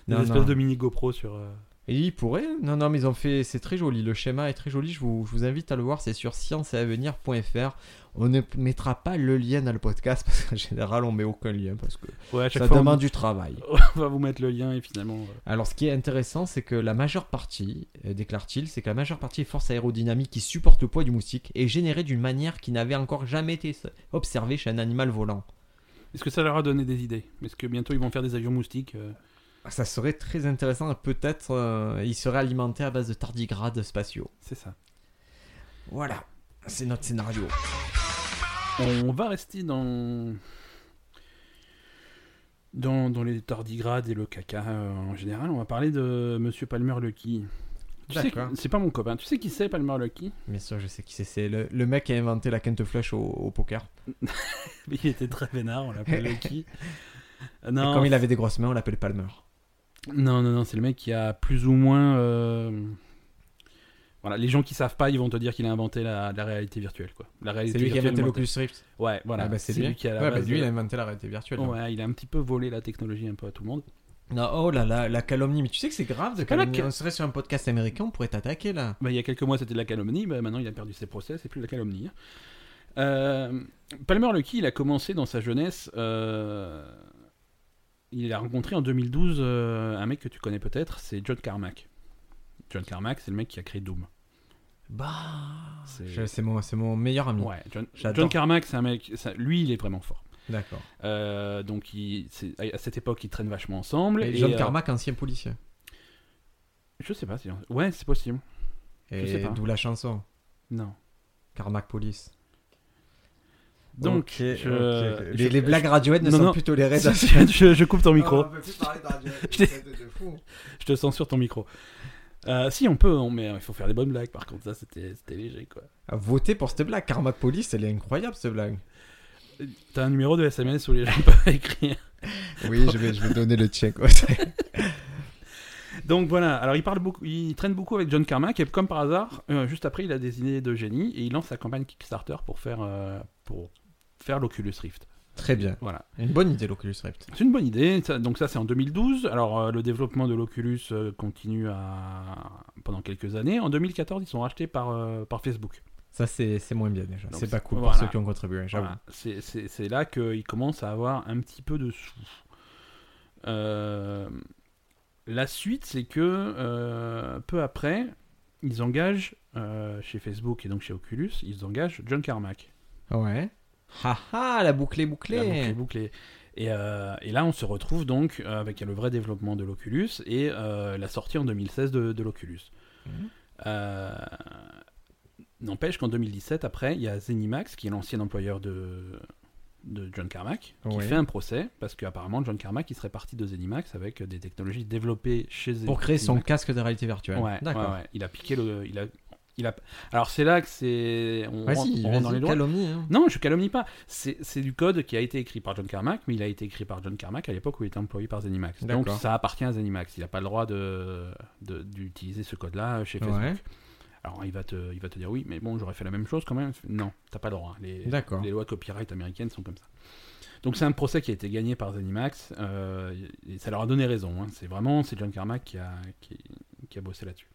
[SPEAKER 3] des
[SPEAKER 2] Non,
[SPEAKER 3] espèces
[SPEAKER 2] non.
[SPEAKER 3] de mini GoPro sur. euh,
[SPEAKER 2] Et ils pourraient hein. Non, non, mais ils ont fait. C'est très joli. Le schéma est très joli. Je vous, je vous invite à le voir. C'est sur scienceavenir.fr. On ne mettra pas le lien dans le podcast parce qu'en général, on met aucun lien parce que
[SPEAKER 3] Ouais, à chaque
[SPEAKER 2] ça
[SPEAKER 3] fois. on-
[SPEAKER 2] demande du travail.
[SPEAKER 3] On va vous mettre le lien et finalement. euh,
[SPEAKER 2] Alors, ce qui est intéressant, c'est que la majeure partie, euh, déclare-t-il, c'est que la majeure partie des forces aérodynamiques qui supportent le poids du moustique est générée d'une manière qui n'avait encore jamais été observée chez un animal volant.
[SPEAKER 3] Est-ce que ça leur a donné des idées Est-ce que bientôt ils vont faire des avions moustiques euh,
[SPEAKER 2] Ah, Ça serait très intéressant. Peut-être euh, il serait alimenté à base de tardigrades spatiaux.
[SPEAKER 3] C'est ça.
[SPEAKER 2] Voilà, c'est notre scénario.
[SPEAKER 3] On va rester dans... dans dans les tardigrades et le caca euh, en général. On va parler de Monsieur Palmer Lucky. Tu sais que-
[SPEAKER 2] D'accord.
[SPEAKER 3] C'est pas mon copain. Tu sais qui c'est Palmer Lucky
[SPEAKER 2] Bien sûr, je sais qui c'est. C'est le, le mec qui a inventé la quinte flush au, au poker.
[SPEAKER 3] Il était très vénard. On l'appelait Lucky. Euh,
[SPEAKER 2] Et
[SPEAKER 3] Non,
[SPEAKER 2] comme il avait des grosses mains, on l'appelle Palmer.
[SPEAKER 3] non, non, non, c'est le mec qui a plus ou moins. euh, Voilà, les gens qui savent pas, ils vont te dire qu'il a inventé la, la réalité virtuelle, quoi. La réalité
[SPEAKER 2] C'est lui qui a
[SPEAKER 3] virtuelle
[SPEAKER 2] inventé
[SPEAKER 3] augmentée.
[SPEAKER 2] l'Oculus Rift.
[SPEAKER 3] Ouais, voilà.
[SPEAKER 2] Ah bah, c'est
[SPEAKER 3] c'est lui.
[SPEAKER 2] bien.
[SPEAKER 3] qui a la
[SPEAKER 2] Ouais, bah,
[SPEAKER 3] base
[SPEAKER 2] lui, il
[SPEAKER 3] de-
[SPEAKER 2] a inventé la réalité virtuelle. là.
[SPEAKER 3] Ouais, il a un petit peu volé la technologie un peu à tout le monde.
[SPEAKER 2] Non, oh là là, la calomnie. Mais tu sais que c'est grave de
[SPEAKER 3] pas la
[SPEAKER 2] calomnie.
[SPEAKER 3] ca-
[SPEAKER 2] On serait sur un podcast américain, on pourrait t'attaquer là.
[SPEAKER 3] Bah, il y a quelques mois, c'était de la calomnie. Bah, maintenant, il a perdu ses procès. C'est plus de la calomnie. hein. Euh, Palmer Lucky, il a commencé dans sa jeunesse. euh, il a rencontré en 2012 euh, un mec que tu connais peut-être. C'est John Carmack. John Carmack, c'est le mec qui a créé Doom.
[SPEAKER 2] Bah.
[SPEAKER 3] C'est-
[SPEAKER 2] je- C'est mon, c'est mon meilleur ami.
[SPEAKER 3] Ouais, John,
[SPEAKER 2] Mm. J'adore.
[SPEAKER 3] John Carmack, c'est un mec. ça- lui, il est vraiment fort.
[SPEAKER 2] D'accord.
[SPEAKER 3] Euh, donc, il, c'est- à à cette époque, ils traînent vachement ensemble.
[SPEAKER 2] Et John
[SPEAKER 3] euh,
[SPEAKER 2] Carmack, ancien policier.
[SPEAKER 3] Je sais pas. si- Ouais, c'est possible. sais
[SPEAKER 2] Et
[SPEAKER 3] pas.
[SPEAKER 2] d'où la chanson.
[SPEAKER 3] Non.
[SPEAKER 2] Carmack Police.
[SPEAKER 3] Donc,
[SPEAKER 2] Ok,
[SPEAKER 3] je-
[SPEAKER 2] ok.
[SPEAKER 3] je-
[SPEAKER 2] Les, les blagues radiohettes ne
[SPEAKER 3] Non,
[SPEAKER 2] sont
[SPEAKER 3] non.
[SPEAKER 2] plus tolérées. dans-
[SPEAKER 3] je, je coupe ton micro.
[SPEAKER 2] Ah, on peut plus parler de radiohettes,
[SPEAKER 3] Je t'ai-
[SPEAKER 2] c'est de fou.
[SPEAKER 3] Je te censure ton micro. Euh, si, on peut, on- mais euh, il faut faire des bonnes blagues. Par contre, ça, c'était c'était léger, quoi.
[SPEAKER 2] Votez pour cette blague. Karma Police, elle est incroyable, cette blague.
[SPEAKER 3] Euh, T'as un numéro de SMS où les gens peuvent écrire.
[SPEAKER 2] Oui, je vais, je vais donner le check.
[SPEAKER 3] Donc voilà, alors il, parle beaucoup, il traîne beaucoup avec John Carmack, et comme par hasard, euh, juste après, il a des idées de génie, et il lance sa campagne Kickstarter pour faire, euh, pour faire l'Oculus Rift.
[SPEAKER 2] Très bien.
[SPEAKER 3] Voilà.
[SPEAKER 2] Une bonne idée, l'Oculus Rift.
[SPEAKER 3] C'est une bonne idée. Ça- donc ça, c'est en 2012. Alors, euh, le développement de l'Oculus euh, continue à... pendant quelques années. En 2014, ils sont rachetés par, euh, par Facebook.
[SPEAKER 2] Ça, c'est c'est moins bien déjà.
[SPEAKER 3] Donc,
[SPEAKER 2] C'est pas cool
[SPEAKER 3] voilà.
[SPEAKER 2] pour ceux qui ont contribué, j'avoue.
[SPEAKER 3] Voilà. C'est- C'est c'est là qu'il commence à avoir un petit peu de sous. Euh, la suite, c'est que euh, peu après, ils engagent euh, chez Facebook et donc chez Oculus, ils engagent John Carmack.
[SPEAKER 2] Ouais. Haha, la boucle est bouclée.
[SPEAKER 3] La boucle est bouclée. Et, euh, et là, on se retrouve donc euh, avec le vrai développement de l'Oculus et euh, la sortie en 2016 de, de l'Oculus.
[SPEAKER 2] Mhm.
[SPEAKER 3] Euh, N'empêche qu'en 2017, après, il y a Zenimax, qui est l'ancien employeur de, de John Carmack, qui
[SPEAKER 2] Ouais.
[SPEAKER 3] fait un procès parce qu'apparemment, John Carmack, il serait parti de Zenimax avec des technologies développées chez Zenimax.
[SPEAKER 2] Pour créer son casque de réalité virtuelle.
[SPEAKER 3] Ouais,
[SPEAKER 2] D'accord.
[SPEAKER 3] ouais, ouais. Il a piqué le. Il a, il a... Alors, c'est là que c'est. On, rentre-
[SPEAKER 2] Vas-y,
[SPEAKER 3] on rentre dans les
[SPEAKER 2] vas-y,
[SPEAKER 3] lois.
[SPEAKER 2] calomnie. hein.
[SPEAKER 3] Non, je calomnie pas. C'est c'est du code qui a été écrit par John Carmack, mais il a été écrit par John Carmack à l'époque où il était employé par Zenimax. Donc
[SPEAKER 2] D'accord.
[SPEAKER 3] ça appartient à Zenimax. Il n'a pas le droit d'utiliser de, d'utiliser ce code-là chez Facebook.
[SPEAKER 2] Ouais.
[SPEAKER 3] Alors il va, te, il va te dire oui, mais bon, j'aurais fait la même chose quand même. Non, t'as pas le droit. Les,
[SPEAKER 2] D'accord.
[SPEAKER 3] les lois copyright américaines sont comme ça. Donc c'est un procès qui a été gagné par Zenimax. euh, et ça leur a donné raison. hein. C'est vraiment c'est John Carmack qui a, qui, qui a bossé là-dessus.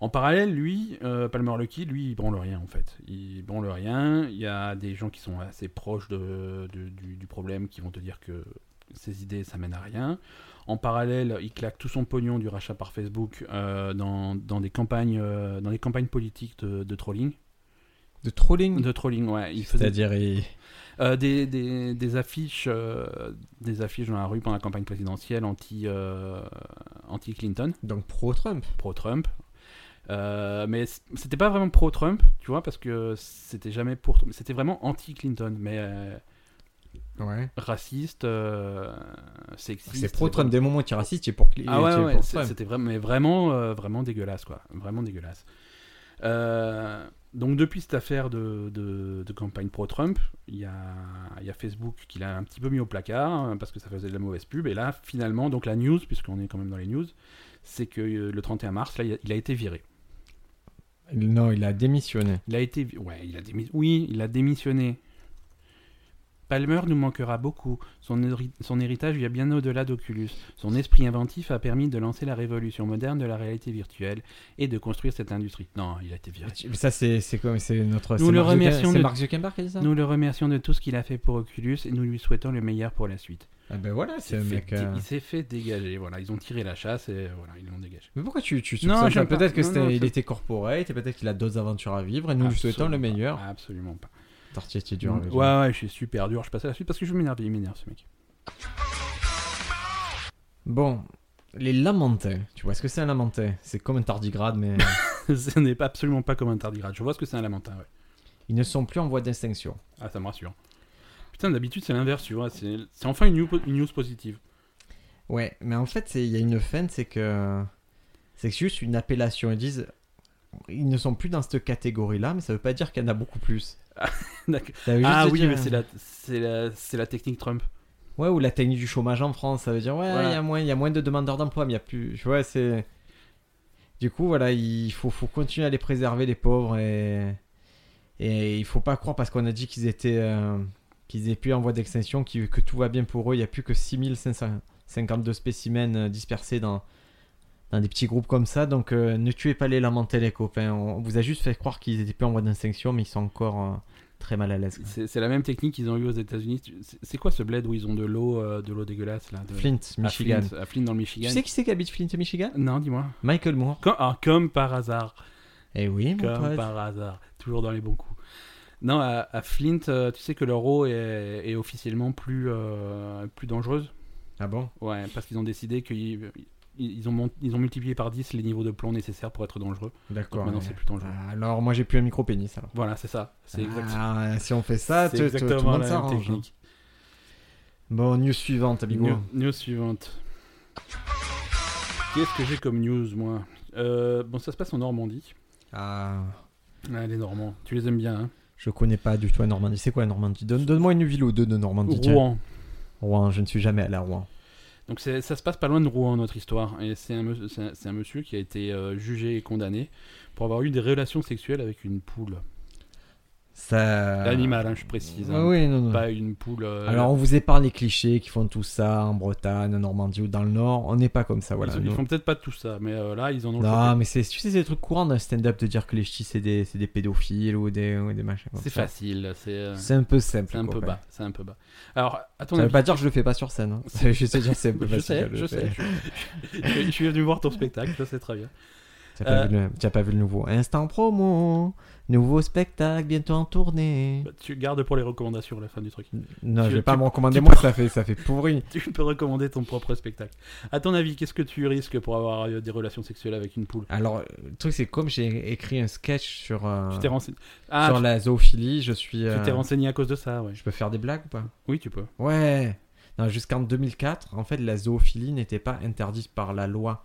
[SPEAKER 3] En parallèle, lui, euh, Palmer Lucky, lui, il branle rien en fait. Il branle rien. Il y a des gens qui sont assez proches de, de- du, du problème qui vont te dire que ses idées, ça mène à rien. En parallèle, il claque tout son pognon du rachat par Facebook euh, dans, dans des campagnes, euh, dans les campagnes politiques de, de trolling.
[SPEAKER 2] De trolling.
[SPEAKER 3] De trolling, ouais. Il faisait
[SPEAKER 2] C'est-à-dire, il-
[SPEAKER 3] euh, des, des, des affiches, euh, des affiches dans la rue pendant la campagne présidentielle anti, euh, anti Clinton,
[SPEAKER 2] donc pro-Trump.
[SPEAKER 3] pro Trump. Euh, mais c- c'était pas vraiment pro Trump, tu vois, parce que c'était jamais pour, c'était vraiment anti Clinton, mais euh,
[SPEAKER 2] Ouais.
[SPEAKER 3] raciste, euh, sexiste.
[SPEAKER 2] C'est pro-Trump. Des moments où tu es raciste, tu es pour,
[SPEAKER 3] Ah ouais,
[SPEAKER 2] tu es
[SPEAKER 3] ouais,
[SPEAKER 2] pour
[SPEAKER 3] c'est-
[SPEAKER 2] Trump.
[SPEAKER 3] c'était vraiment, mais vraiment, euh, vraiment dégueulasse, quoi. Vraiment dégueulasse. Euh, donc depuis cette affaire de, de- de campagne pro-Trump, il y a, il y a Facebook qui l'a un petit peu mis au placard hein, parce que ça faisait de la mauvaise pub. Et là, finalement, donc la news, puisqu'on est quand même dans les news, c'est que euh, le 31 mars, là, il a, il a été viré.
[SPEAKER 2] Non, il a démissionné.
[SPEAKER 3] Il a été, vi- ouais, il a démi- oui, il a démissionné. Palmer nous manquera beaucoup. Son, héri- son héritage vient bien au-delà d'Oculus. Son esprit inventif a permis de lancer la révolution moderne de la réalité virtuelle et de construire cette industrie. Non, il a été viré.
[SPEAKER 2] Tu- Ça, c'est c'est comme c'est notre.
[SPEAKER 3] Ah, Nous
[SPEAKER 2] c'est
[SPEAKER 3] le
[SPEAKER 2] Mark Zucker-
[SPEAKER 3] remercions
[SPEAKER 2] C'est
[SPEAKER 3] de-
[SPEAKER 2] Mark Zuckerberg qui a dit ça.
[SPEAKER 3] Nous le remercions de tout ce qu'il a fait pour Oculus et nous lui souhaitons le meilleur pour la suite.
[SPEAKER 2] Ah ben voilà, c'est
[SPEAKER 3] Il
[SPEAKER 2] un
[SPEAKER 3] s'est
[SPEAKER 2] mec.
[SPEAKER 3] fait-
[SPEAKER 2] euh,
[SPEAKER 3] Il s'est fait dégager. Voilà, ils ont tiré la chasse et voilà, ils l'ont dégagé.
[SPEAKER 2] Mais pourquoi tu, tu
[SPEAKER 3] Non,
[SPEAKER 2] soupçonnes
[SPEAKER 3] j'aime
[SPEAKER 2] ça
[SPEAKER 3] pas.
[SPEAKER 2] Peut-être que
[SPEAKER 3] Non,
[SPEAKER 2] c'était-
[SPEAKER 3] non,
[SPEAKER 2] il
[SPEAKER 3] ça-
[SPEAKER 2] était corporate et peut-être qu'il a d'autres aventures à vivre et nous lui souhaitons le
[SPEAKER 3] Absolument pas.
[SPEAKER 2] meilleur.
[SPEAKER 3] Absolument pas.
[SPEAKER 2] Tartier, t'es dur avec
[SPEAKER 3] ouais,
[SPEAKER 2] lui.
[SPEAKER 3] ouais, je suis super dur. Je passe à la suite parce que je m'énerve. Il m'énerve ce mec.
[SPEAKER 2] Bon, les lamentins. Tu vois ce que c'est un lamentin C'est comme un tardigrade, mais
[SPEAKER 3] Ce n'est pas- absolument pas comme un tardigrade. Je vois ce que c'est un lamentin, ouais.
[SPEAKER 2] ils ne sont plus en voie d'extinction.
[SPEAKER 3] Ah, ça me rassure. Putain, d'habitude, c'est l'inverse, tu vois. C'est c'est enfin une new- une news, positive.
[SPEAKER 2] Ouais, mais en fait, c'est- il y a une feinte, c'est que c'est que c'est juste une appellation. Ils disent ils ne sont plus dans cette catégorie-là, mais ça veut pas dire qu'il y en a beaucoup plus.
[SPEAKER 3] D'accord.
[SPEAKER 2] Ça veut juste
[SPEAKER 3] ah oui,
[SPEAKER 2] dire-
[SPEAKER 3] mais c'est la, c'est la, c'est la technique Trump.
[SPEAKER 2] Ouais, ou la technique du chômage en France, ça veut dire ouais,
[SPEAKER 3] Voilà.
[SPEAKER 2] il y a moins, il y a moins de demandeurs d'emploi, mais il y a plus. Tu vois, c'est. Du coup, voilà, il faut, faut continuer à les préserver, les pauvres, et. Et il faut pas croire parce qu'on a dit qu'ils étaient. euh, qu'ils étaient plus en voie d'extinction, qu'ils- que tout va bien pour eux, il y a plus que 6552 spécimens euh, dispersés dans. Dans des petits groupes comme ça, donc euh, ne tuez pas les lamentés, les copains. On vous a juste fait croire qu'ils étaient plus en voie d'extinction, mais ils sont encore euh, très mal à l'aise. quoi.
[SPEAKER 3] C'est c'est la même technique qu'ils ont eu aux États-Unis. Tu- c'est- C'est quoi ce bled où ils ont de l'eau euh, de l'eau dégueulasse là de-
[SPEAKER 2] Flint,
[SPEAKER 3] à
[SPEAKER 2] Michigan.
[SPEAKER 3] Ah, Flint, à Flint, dans le
[SPEAKER 2] Tu
[SPEAKER 3] Michigan.
[SPEAKER 2] sais qui c'est qui habite Flint, Michigan
[SPEAKER 3] Non, dis-moi.
[SPEAKER 2] Michael Moore.
[SPEAKER 3] Comme, ah, comme par hasard.
[SPEAKER 2] Eh oui, mon
[SPEAKER 3] Comme
[SPEAKER 2] pote.
[SPEAKER 3] par hasard. Toujours dans les bons coups. Non, à, à Flint, euh, tu sais que leur eau est, est officiellement plus, euh, plus dangereuse.
[SPEAKER 2] Ah bon
[SPEAKER 3] Ouais, parce qu'ils ont décidé qu'ils ils ont, mont- ils ont multiplié par 10 les niveaux de plomb nécessaires pour être dangereux. Donc
[SPEAKER 2] D'accord.
[SPEAKER 3] maintenant,
[SPEAKER 2] ouais.
[SPEAKER 3] c'est plus dangereux.
[SPEAKER 2] Ah, Alors, moi, j'ai plus un micro-pénis, alors.
[SPEAKER 3] Voilà, c'est ça. C'est exact-
[SPEAKER 2] Ah, si on fait ça,
[SPEAKER 3] c'est
[SPEAKER 2] tu- tu- tout le monde
[SPEAKER 3] exactement la même
[SPEAKER 2] s'arrange.
[SPEAKER 3] technique.
[SPEAKER 2] Bon, news suivante, Abigo.
[SPEAKER 3] News, news suivante. Qu'est-ce que j'ai comme news, moi Euh, Bon, ça se passe en Normandie.
[SPEAKER 2] Ah,
[SPEAKER 3] Ah, les Normands, tu les aimes bien, hein
[SPEAKER 2] je connais pas du tout la Normandie. C'est quoi la Normandie Donne- Donne-moi une ville ou deux de Normandie. tiens.
[SPEAKER 3] Rouen.
[SPEAKER 2] Rouen, je ne suis jamais allé à Rouen.
[SPEAKER 3] Donc c'est- ça se passe pas loin de Rouen, notre histoire. Et c'est un, me- c'est un- c'est un monsieur qui a été euh, jugé et condamné pour avoir eu des relations sexuelles avec une poule.
[SPEAKER 2] Ça...
[SPEAKER 3] L'animal, hein, je précise.
[SPEAKER 2] Ah
[SPEAKER 3] hein.
[SPEAKER 2] oui, non, non.
[SPEAKER 3] Pas une poule. euh,
[SPEAKER 2] Alors on vous épargne les clichés qui font tout ça en Bretagne, en Normandie ou dans le Nord. On n'est pas comme ça, Ah, voilà.
[SPEAKER 3] ils, ils
[SPEAKER 2] Nous-
[SPEAKER 3] font peut-être pas tout ça, mais euh, là, ils en ont
[SPEAKER 2] Non,
[SPEAKER 3] chopé.
[SPEAKER 2] mais c'est, tu sais, c'est des trucs courants dans le stand-up de dire que les ch'tis c'est des, c'est des pédophiles ou des, ou des machins. comme
[SPEAKER 3] C'est
[SPEAKER 2] ça.
[SPEAKER 3] facile, c'est euh,
[SPEAKER 2] C'est un peu simple.
[SPEAKER 3] c'est un
[SPEAKER 2] quoi,
[SPEAKER 3] peu
[SPEAKER 2] ouais.
[SPEAKER 3] bas. C'est un peu bas. Alors, à ton
[SPEAKER 2] Ça veut
[SPEAKER 3] avis-
[SPEAKER 2] pas dire que je le fais pas sur scène. hein. C'est juste dire que c'est un peu
[SPEAKER 3] Je
[SPEAKER 2] facile hein, à
[SPEAKER 3] sais,
[SPEAKER 2] le
[SPEAKER 3] je
[SPEAKER 2] faire.
[SPEAKER 3] sais. Je, je- je suis venu voir ton spectacle, je sais très bien.
[SPEAKER 2] T'as pas,
[SPEAKER 3] Euh.
[SPEAKER 2] vu le- t'as pas vu le nouveau Instant promo Nouveau spectacle bientôt en tournée
[SPEAKER 3] Bah, tu gardes pour les recommandations à la fin du truc.
[SPEAKER 2] Non,
[SPEAKER 3] Tu-
[SPEAKER 2] je vais pas
[SPEAKER 3] tu-
[SPEAKER 2] me recommander
[SPEAKER 3] tu
[SPEAKER 2] moi,
[SPEAKER 3] peux-
[SPEAKER 2] ça fait, ça fait pourri.
[SPEAKER 3] Tu peux recommander ton propre spectacle. À ton avis, qu'est-ce que tu risques pour avoir euh, des relations sexuelles avec une poule
[SPEAKER 2] Alors, le truc, c'est comme j'ai écrit un sketch sur, euh,
[SPEAKER 3] Tu t'es renseigné. Ah,
[SPEAKER 2] sur
[SPEAKER 3] tu-
[SPEAKER 2] la zoophilie, je suis.
[SPEAKER 3] tu
[SPEAKER 2] euh,
[SPEAKER 3] t'es renseigné à cause de ça, ouais.
[SPEAKER 2] Je peux faire des blagues ou pas
[SPEAKER 3] Oui, tu peux.
[SPEAKER 2] Ouais. Non, jusqu'en 2004, en fait, la zoophilie n'était pas interdite par la loi.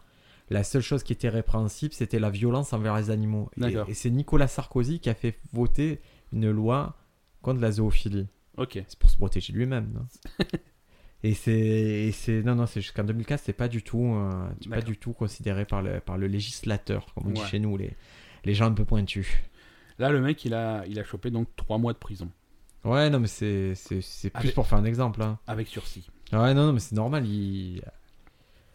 [SPEAKER 2] La seule chose qui était répréhensible, c'était la violence envers les animaux. Et-
[SPEAKER 3] D'accord.
[SPEAKER 2] Et, c'est Nicolas Sarkozy qui a fait voter une loi contre la zoophilie.
[SPEAKER 3] Ok.
[SPEAKER 2] C'est pour se protéger lui-même, non Et c'est, et c'est, non, non, c'est jusqu'en 2004, c'est pas du tout, euh, c'est pas
[SPEAKER 3] D'accord.
[SPEAKER 2] du tout considéré par le, par le législateur, comme on dit
[SPEAKER 3] Ouais.
[SPEAKER 2] chez nous, les, les gens un peu pointus.
[SPEAKER 3] Là, le mec, il a, il a chopé donc 3 mois de prison
[SPEAKER 2] Ouais, non, mais c'est, c'est, c'est
[SPEAKER 3] Ah,
[SPEAKER 2] plus
[SPEAKER 3] mais-
[SPEAKER 2] pour faire un exemple, hein.
[SPEAKER 3] avec sursis.
[SPEAKER 2] Ouais, non, non, mais c'est normal. Il...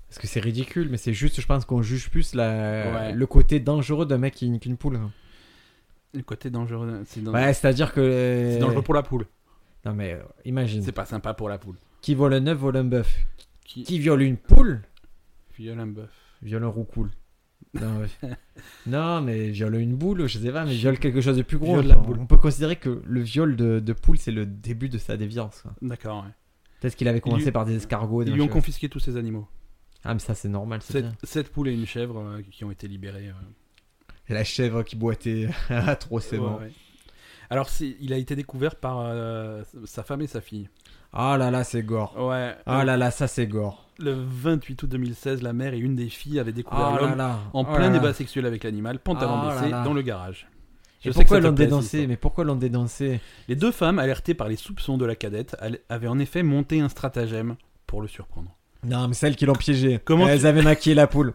[SPEAKER 2] Parce que c'est ridicule, mais c'est juste, je pense qu'on juge plus la...
[SPEAKER 3] Ouais.
[SPEAKER 2] le côté dangereux d'un mec qui nique une poule. hein.
[SPEAKER 3] Le côté dangereux, c'est dangereux,
[SPEAKER 2] Ouais, c'est-à-dire que.
[SPEAKER 3] c'est dangereux pour la poule.
[SPEAKER 2] Non, mais euh, imagine.
[SPEAKER 3] C'est pas sympa pour la poule.
[SPEAKER 2] Qui vole un œuf, vole un bœuf.
[SPEAKER 3] Qui,
[SPEAKER 2] Qui viole une poule,
[SPEAKER 3] viole un bœuf
[SPEAKER 2] viole un roucoule. Non, ouais. Non, mais viole une boule, je sais pas, mais viole quelque chose de plus gros.
[SPEAKER 3] Viole la
[SPEAKER 2] On-
[SPEAKER 3] boule.
[SPEAKER 2] On peut considérer que le viol de, de poule, c'est le début de sa déviance. quoi.
[SPEAKER 3] D'accord, ouais.
[SPEAKER 2] Peut-être qu'il avait commencé
[SPEAKER 3] lui-
[SPEAKER 2] par des escargots. des
[SPEAKER 3] Ils lui ont
[SPEAKER 2] machins.
[SPEAKER 3] confisqué tous ses animaux.
[SPEAKER 2] Ah, mais ça, c'est normal. c'est
[SPEAKER 3] Sept,
[SPEAKER 2] bien.
[SPEAKER 3] sept poules et une chèvre euh, qui ont été libérées. euh.
[SPEAKER 2] La chèvre qui boitait ah, atrocément.
[SPEAKER 3] Ouais, ouais. Alors, c'est- il a été découvert par euh, sa femme et sa fille.
[SPEAKER 2] Ah là là, c'est gore.
[SPEAKER 3] Ouais.
[SPEAKER 2] Ah là là, ça c'est gore.
[SPEAKER 3] Le 28 août 2016, la mère et une des filles avaient découvert
[SPEAKER 2] Ah là
[SPEAKER 3] l'homme
[SPEAKER 2] là.
[SPEAKER 3] en
[SPEAKER 2] Oh
[SPEAKER 3] plein
[SPEAKER 2] là là.
[SPEAKER 3] débat sexuel avec l'animal, pantalon
[SPEAKER 2] Ah
[SPEAKER 3] baissé,
[SPEAKER 2] là là.
[SPEAKER 3] dans le
[SPEAKER 2] Et
[SPEAKER 3] garage. Je sais que
[SPEAKER 2] pourquoi
[SPEAKER 3] ça te
[SPEAKER 2] l'ont
[SPEAKER 3] plaît,
[SPEAKER 2] dénoncé
[SPEAKER 3] cette
[SPEAKER 2] Mais pourquoi l'ont dénoncé
[SPEAKER 3] Les deux femmes, alertées par les soupçons de la cadette, al- avaient en effet monté un stratagème pour le surprendre.
[SPEAKER 2] Non, mais celles qui l'ont piégé.
[SPEAKER 3] Comment
[SPEAKER 2] Elles avaient maquillé la poule.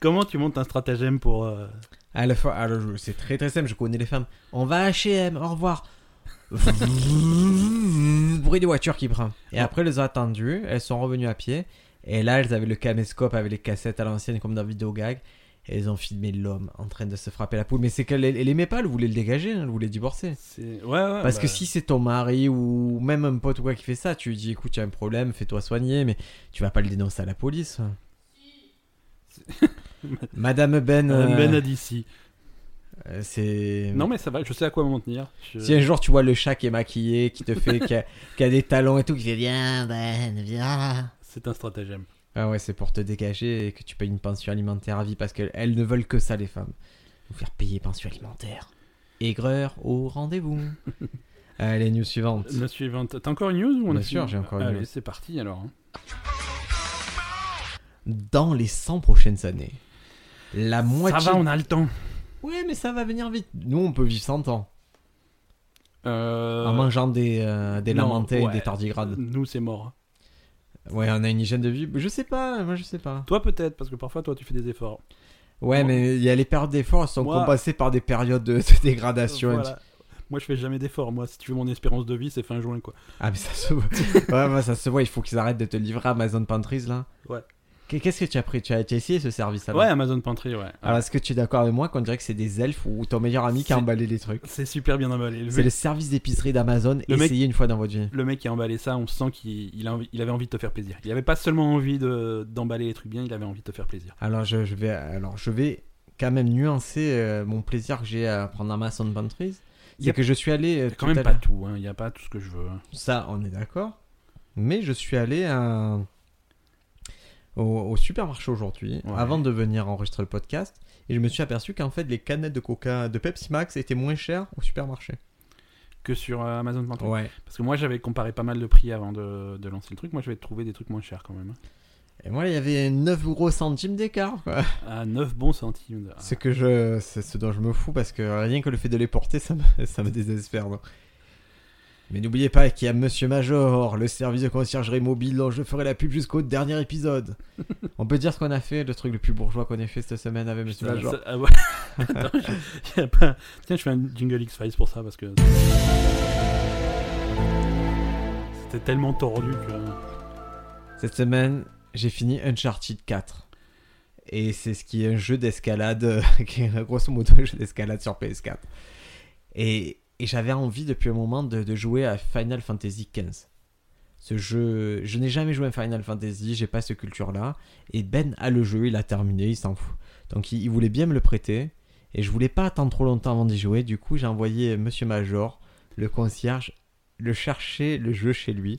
[SPEAKER 3] Comment tu montes un stratagème pour... euh,
[SPEAKER 2] À la fois, alors, ah, je- c'est très très simple. Je connais les femmes. On va à H&M. Au revoir. Bruit de voiture qui prend. Et après, elles ont attendu. Elles sont revenues à pied. Et là, elles avaient le caméscope avec les cassettes à l'ancienne comme dans Videogag. Et elles ont filmé l'homme en train de se frapper la poule. Mais c'est qu'elle elle aimait pas. Elle voulait le dégager. hein, Elle voulait le divorcer.
[SPEAKER 3] c'est- Ouais, ouais,
[SPEAKER 2] Parce
[SPEAKER 3] bah,
[SPEAKER 2] que si c'est ton mari ou même un pote ou quoi qui fait ça, tu lui dis écoute, il y a un problème, fais-toi soigner, mais tu vas pas le dénoncer à la police. Madame Ben,
[SPEAKER 3] Madame
[SPEAKER 2] euh,
[SPEAKER 3] Ben a dit si.
[SPEAKER 2] euh, c'est.
[SPEAKER 3] Non mais ça va, je sais à quoi m'en tenir. Je-
[SPEAKER 2] Si un jour tu vois le chat qui est maquillé, qui te fait, qui a, qui a des talons et tout, qui fait
[SPEAKER 5] Viens,
[SPEAKER 2] bien.
[SPEAKER 5] Ben, viens.
[SPEAKER 3] C'est un stratagème.
[SPEAKER 2] Ah ouais, c'est pour te dégager et que tu payes une pension alimentaire à vie parce qu'elles elles ne veulent que ça, les femmes. Vous faire payer pension alimentaire. Aigreur au rendez-vous. Allez, news suivante.
[SPEAKER 3] La suivante. T'as encore une news ou on a
[SPEAKER 2] Bien
[SPEAKER 3] fini
[SPEAKER 2] sûr, j'ai encore une
[SPEAKER 3] Allez,
[SPEAKER 2] news.
[SPEAKER 3] c'est parti alors. hein.
[SPEAKER 2] Dans les 100 prochaines années, la moitié.
[SPEAKER 3] Ça va, on a le temps.
[SPEAKER 2] Ouais, mais ça va venir vite. Nous, on peut vivre 100 ans.
[SPEAKER 3] Euh,
[SPEAKER 2] En mangeant des, euh, des
[SPEAKER 3] non,
[SPEAKER 2] lamentées
[SPEAKER 3] ouais.
[SPEAKER 2] et des tardigrades.
[SPEAKER 3] Nous c'est mort.
[SPEAKER 2] Ouais, on a une hygiène de vie. Je sais pas, moi je sais pas.
[SPEAKER 3] Toi peut-être, parce que parfois toi tu fais des efforts.
[SPEAKER 2] Ouais,
[SPEAKER 3] Moi-
[SPEAKER 2] mais il y a les périodes d'efforts qui sont
[SPEAKER 3] Moi-
[SPEAKER 2] compensées par des périodes de, de dégradation.
[SPEAKER 3] Euh, Voilà. Moi je fais jamais d'efforts. Moi si tu veux mon espérance de vie c'est fin juin quoi.
[SPEAKER 2] Ah, mais ça se voit. ouais, moi, ça se voit. Il faut qu'ils arrêtent de te livrer à Amazon Pantries là.
[SPEAKER 3] Ouais.
[SPEAKER 2] Qu'est- Qu'est-ce que tu as pris tu as, tu as essayé ce service là
[SPEAKER 3] ouais Amazon Pantry ouais.
[SPEAKER 2] Alors, est-ce que tu es d'accord avec moi qu'on dirait que c'est des elfes ou ton meilleur ami qui a
[SPEAKER 3] C'est-
[SPEAKER 2] emballé les trucs
[SPEAKER 3] C'est super bien emballé. Le
[SPEAKER 2] C'est
[SPEAKER 3] mec,
[SPEAKER 2] le service d'épicerie d'Amazon.
[SPEAKER 3] Le mec-
[SPEAKER 2] Essayez une fois dans votre vie.
[SPEAKER 3] le mec qui a emballé ça, on sent qu'il il a envie- il avait envie de te faire plaisir. Il avait pas seulement envie de- d'emballer les trucs bien, il avait envie de te faire plaisir.
[SPEAKER 2] Alors je, je vais, alors je vais quand même nuancer euh, mon plaisir que j'ai à prendre Amazon Pantries.
[SPEAKER 3] Il y
[SPEAKER 2] C'est
[SPEAKER 3] a-
[SPEAKER 2] que je suis allé. euh,
[SPEAKER 3] Il y a
[SPEAKER 2] tout
[SPEAKER 3] quand même
[SPEAKER 2] à
[SPEAKER 3] pas
[SPEAKER 2] l'heure-
[SPEAKER 3] tout, hein. il n'y a pas tout ce que je veux. hein.
[SPEAKER 2] Ça, on est d'accord. Mais je suis allé à- au, au supermarché aujourd'hui
[SPEAKER 3] Ouais.
[SPEAKER 2] avant de venir enregistrer le podcast et je me suis aperçu qu'en fait les canettes de Coca, de Pepsi Max étaient moins chères au supermarché.
[SPEAKER 3] Que sur euh, Amazon Pantry.
[SPEAKER 2] Ouais.
[SPEAKER 3] Parce que moi j'avais comparé pas mal de prix avant de, de lancer le truc, moi je vais trouver des trucs moins chers quand même. hein.
[SPEAKER 2] Et moi, il y avait 9 euros centimes d'écart. quoi.
[SPEAKER 3] À 9 bons centimes. de-
[SPEAKER 2] C'est que je, c'est ce dont je me fous parce que rien que le fait de les porter, ça me, ça me désespère. non. Mais n'oubliez pas qu'il y a Monsieur Major, le service de conciergerie mobile dont je ferai la pub jusqu'au dernier épisode. On peut dire ce qu'on a fait, le truc le plus bourgeois qu'on ait fait cette semaine avec Monsieur Major.
[SPEAKER 3] Ça- ah ouais. Non, je- y a pas- Tiens, je fais un jingle X-Files pour ça parce que. C'était tellement tordu que.
[SPEAKER 2] Cette semaine, j'ai fini Uncharted 4. Et c'est ce qui est un jeu d'escalade, euh, qui est grosso modo un jeu d'escalade sur PS4. Et, et j'avais envie depuis un moment de, de jouer à Final Fantasy XV. Ce jeu, je n'ai jamais joué à Final Fantasy, j'ai pas cette culture-là. Et Ben a le jeu, il a terminé, il s'en fout. Donc il, il voulait bien me le prêter. Et je voulais pas attendre trop longtemps avant d'y jouer. Du coup, j'ai envoyé Monsieur Major, le concierge, le chercher le jeu chez lui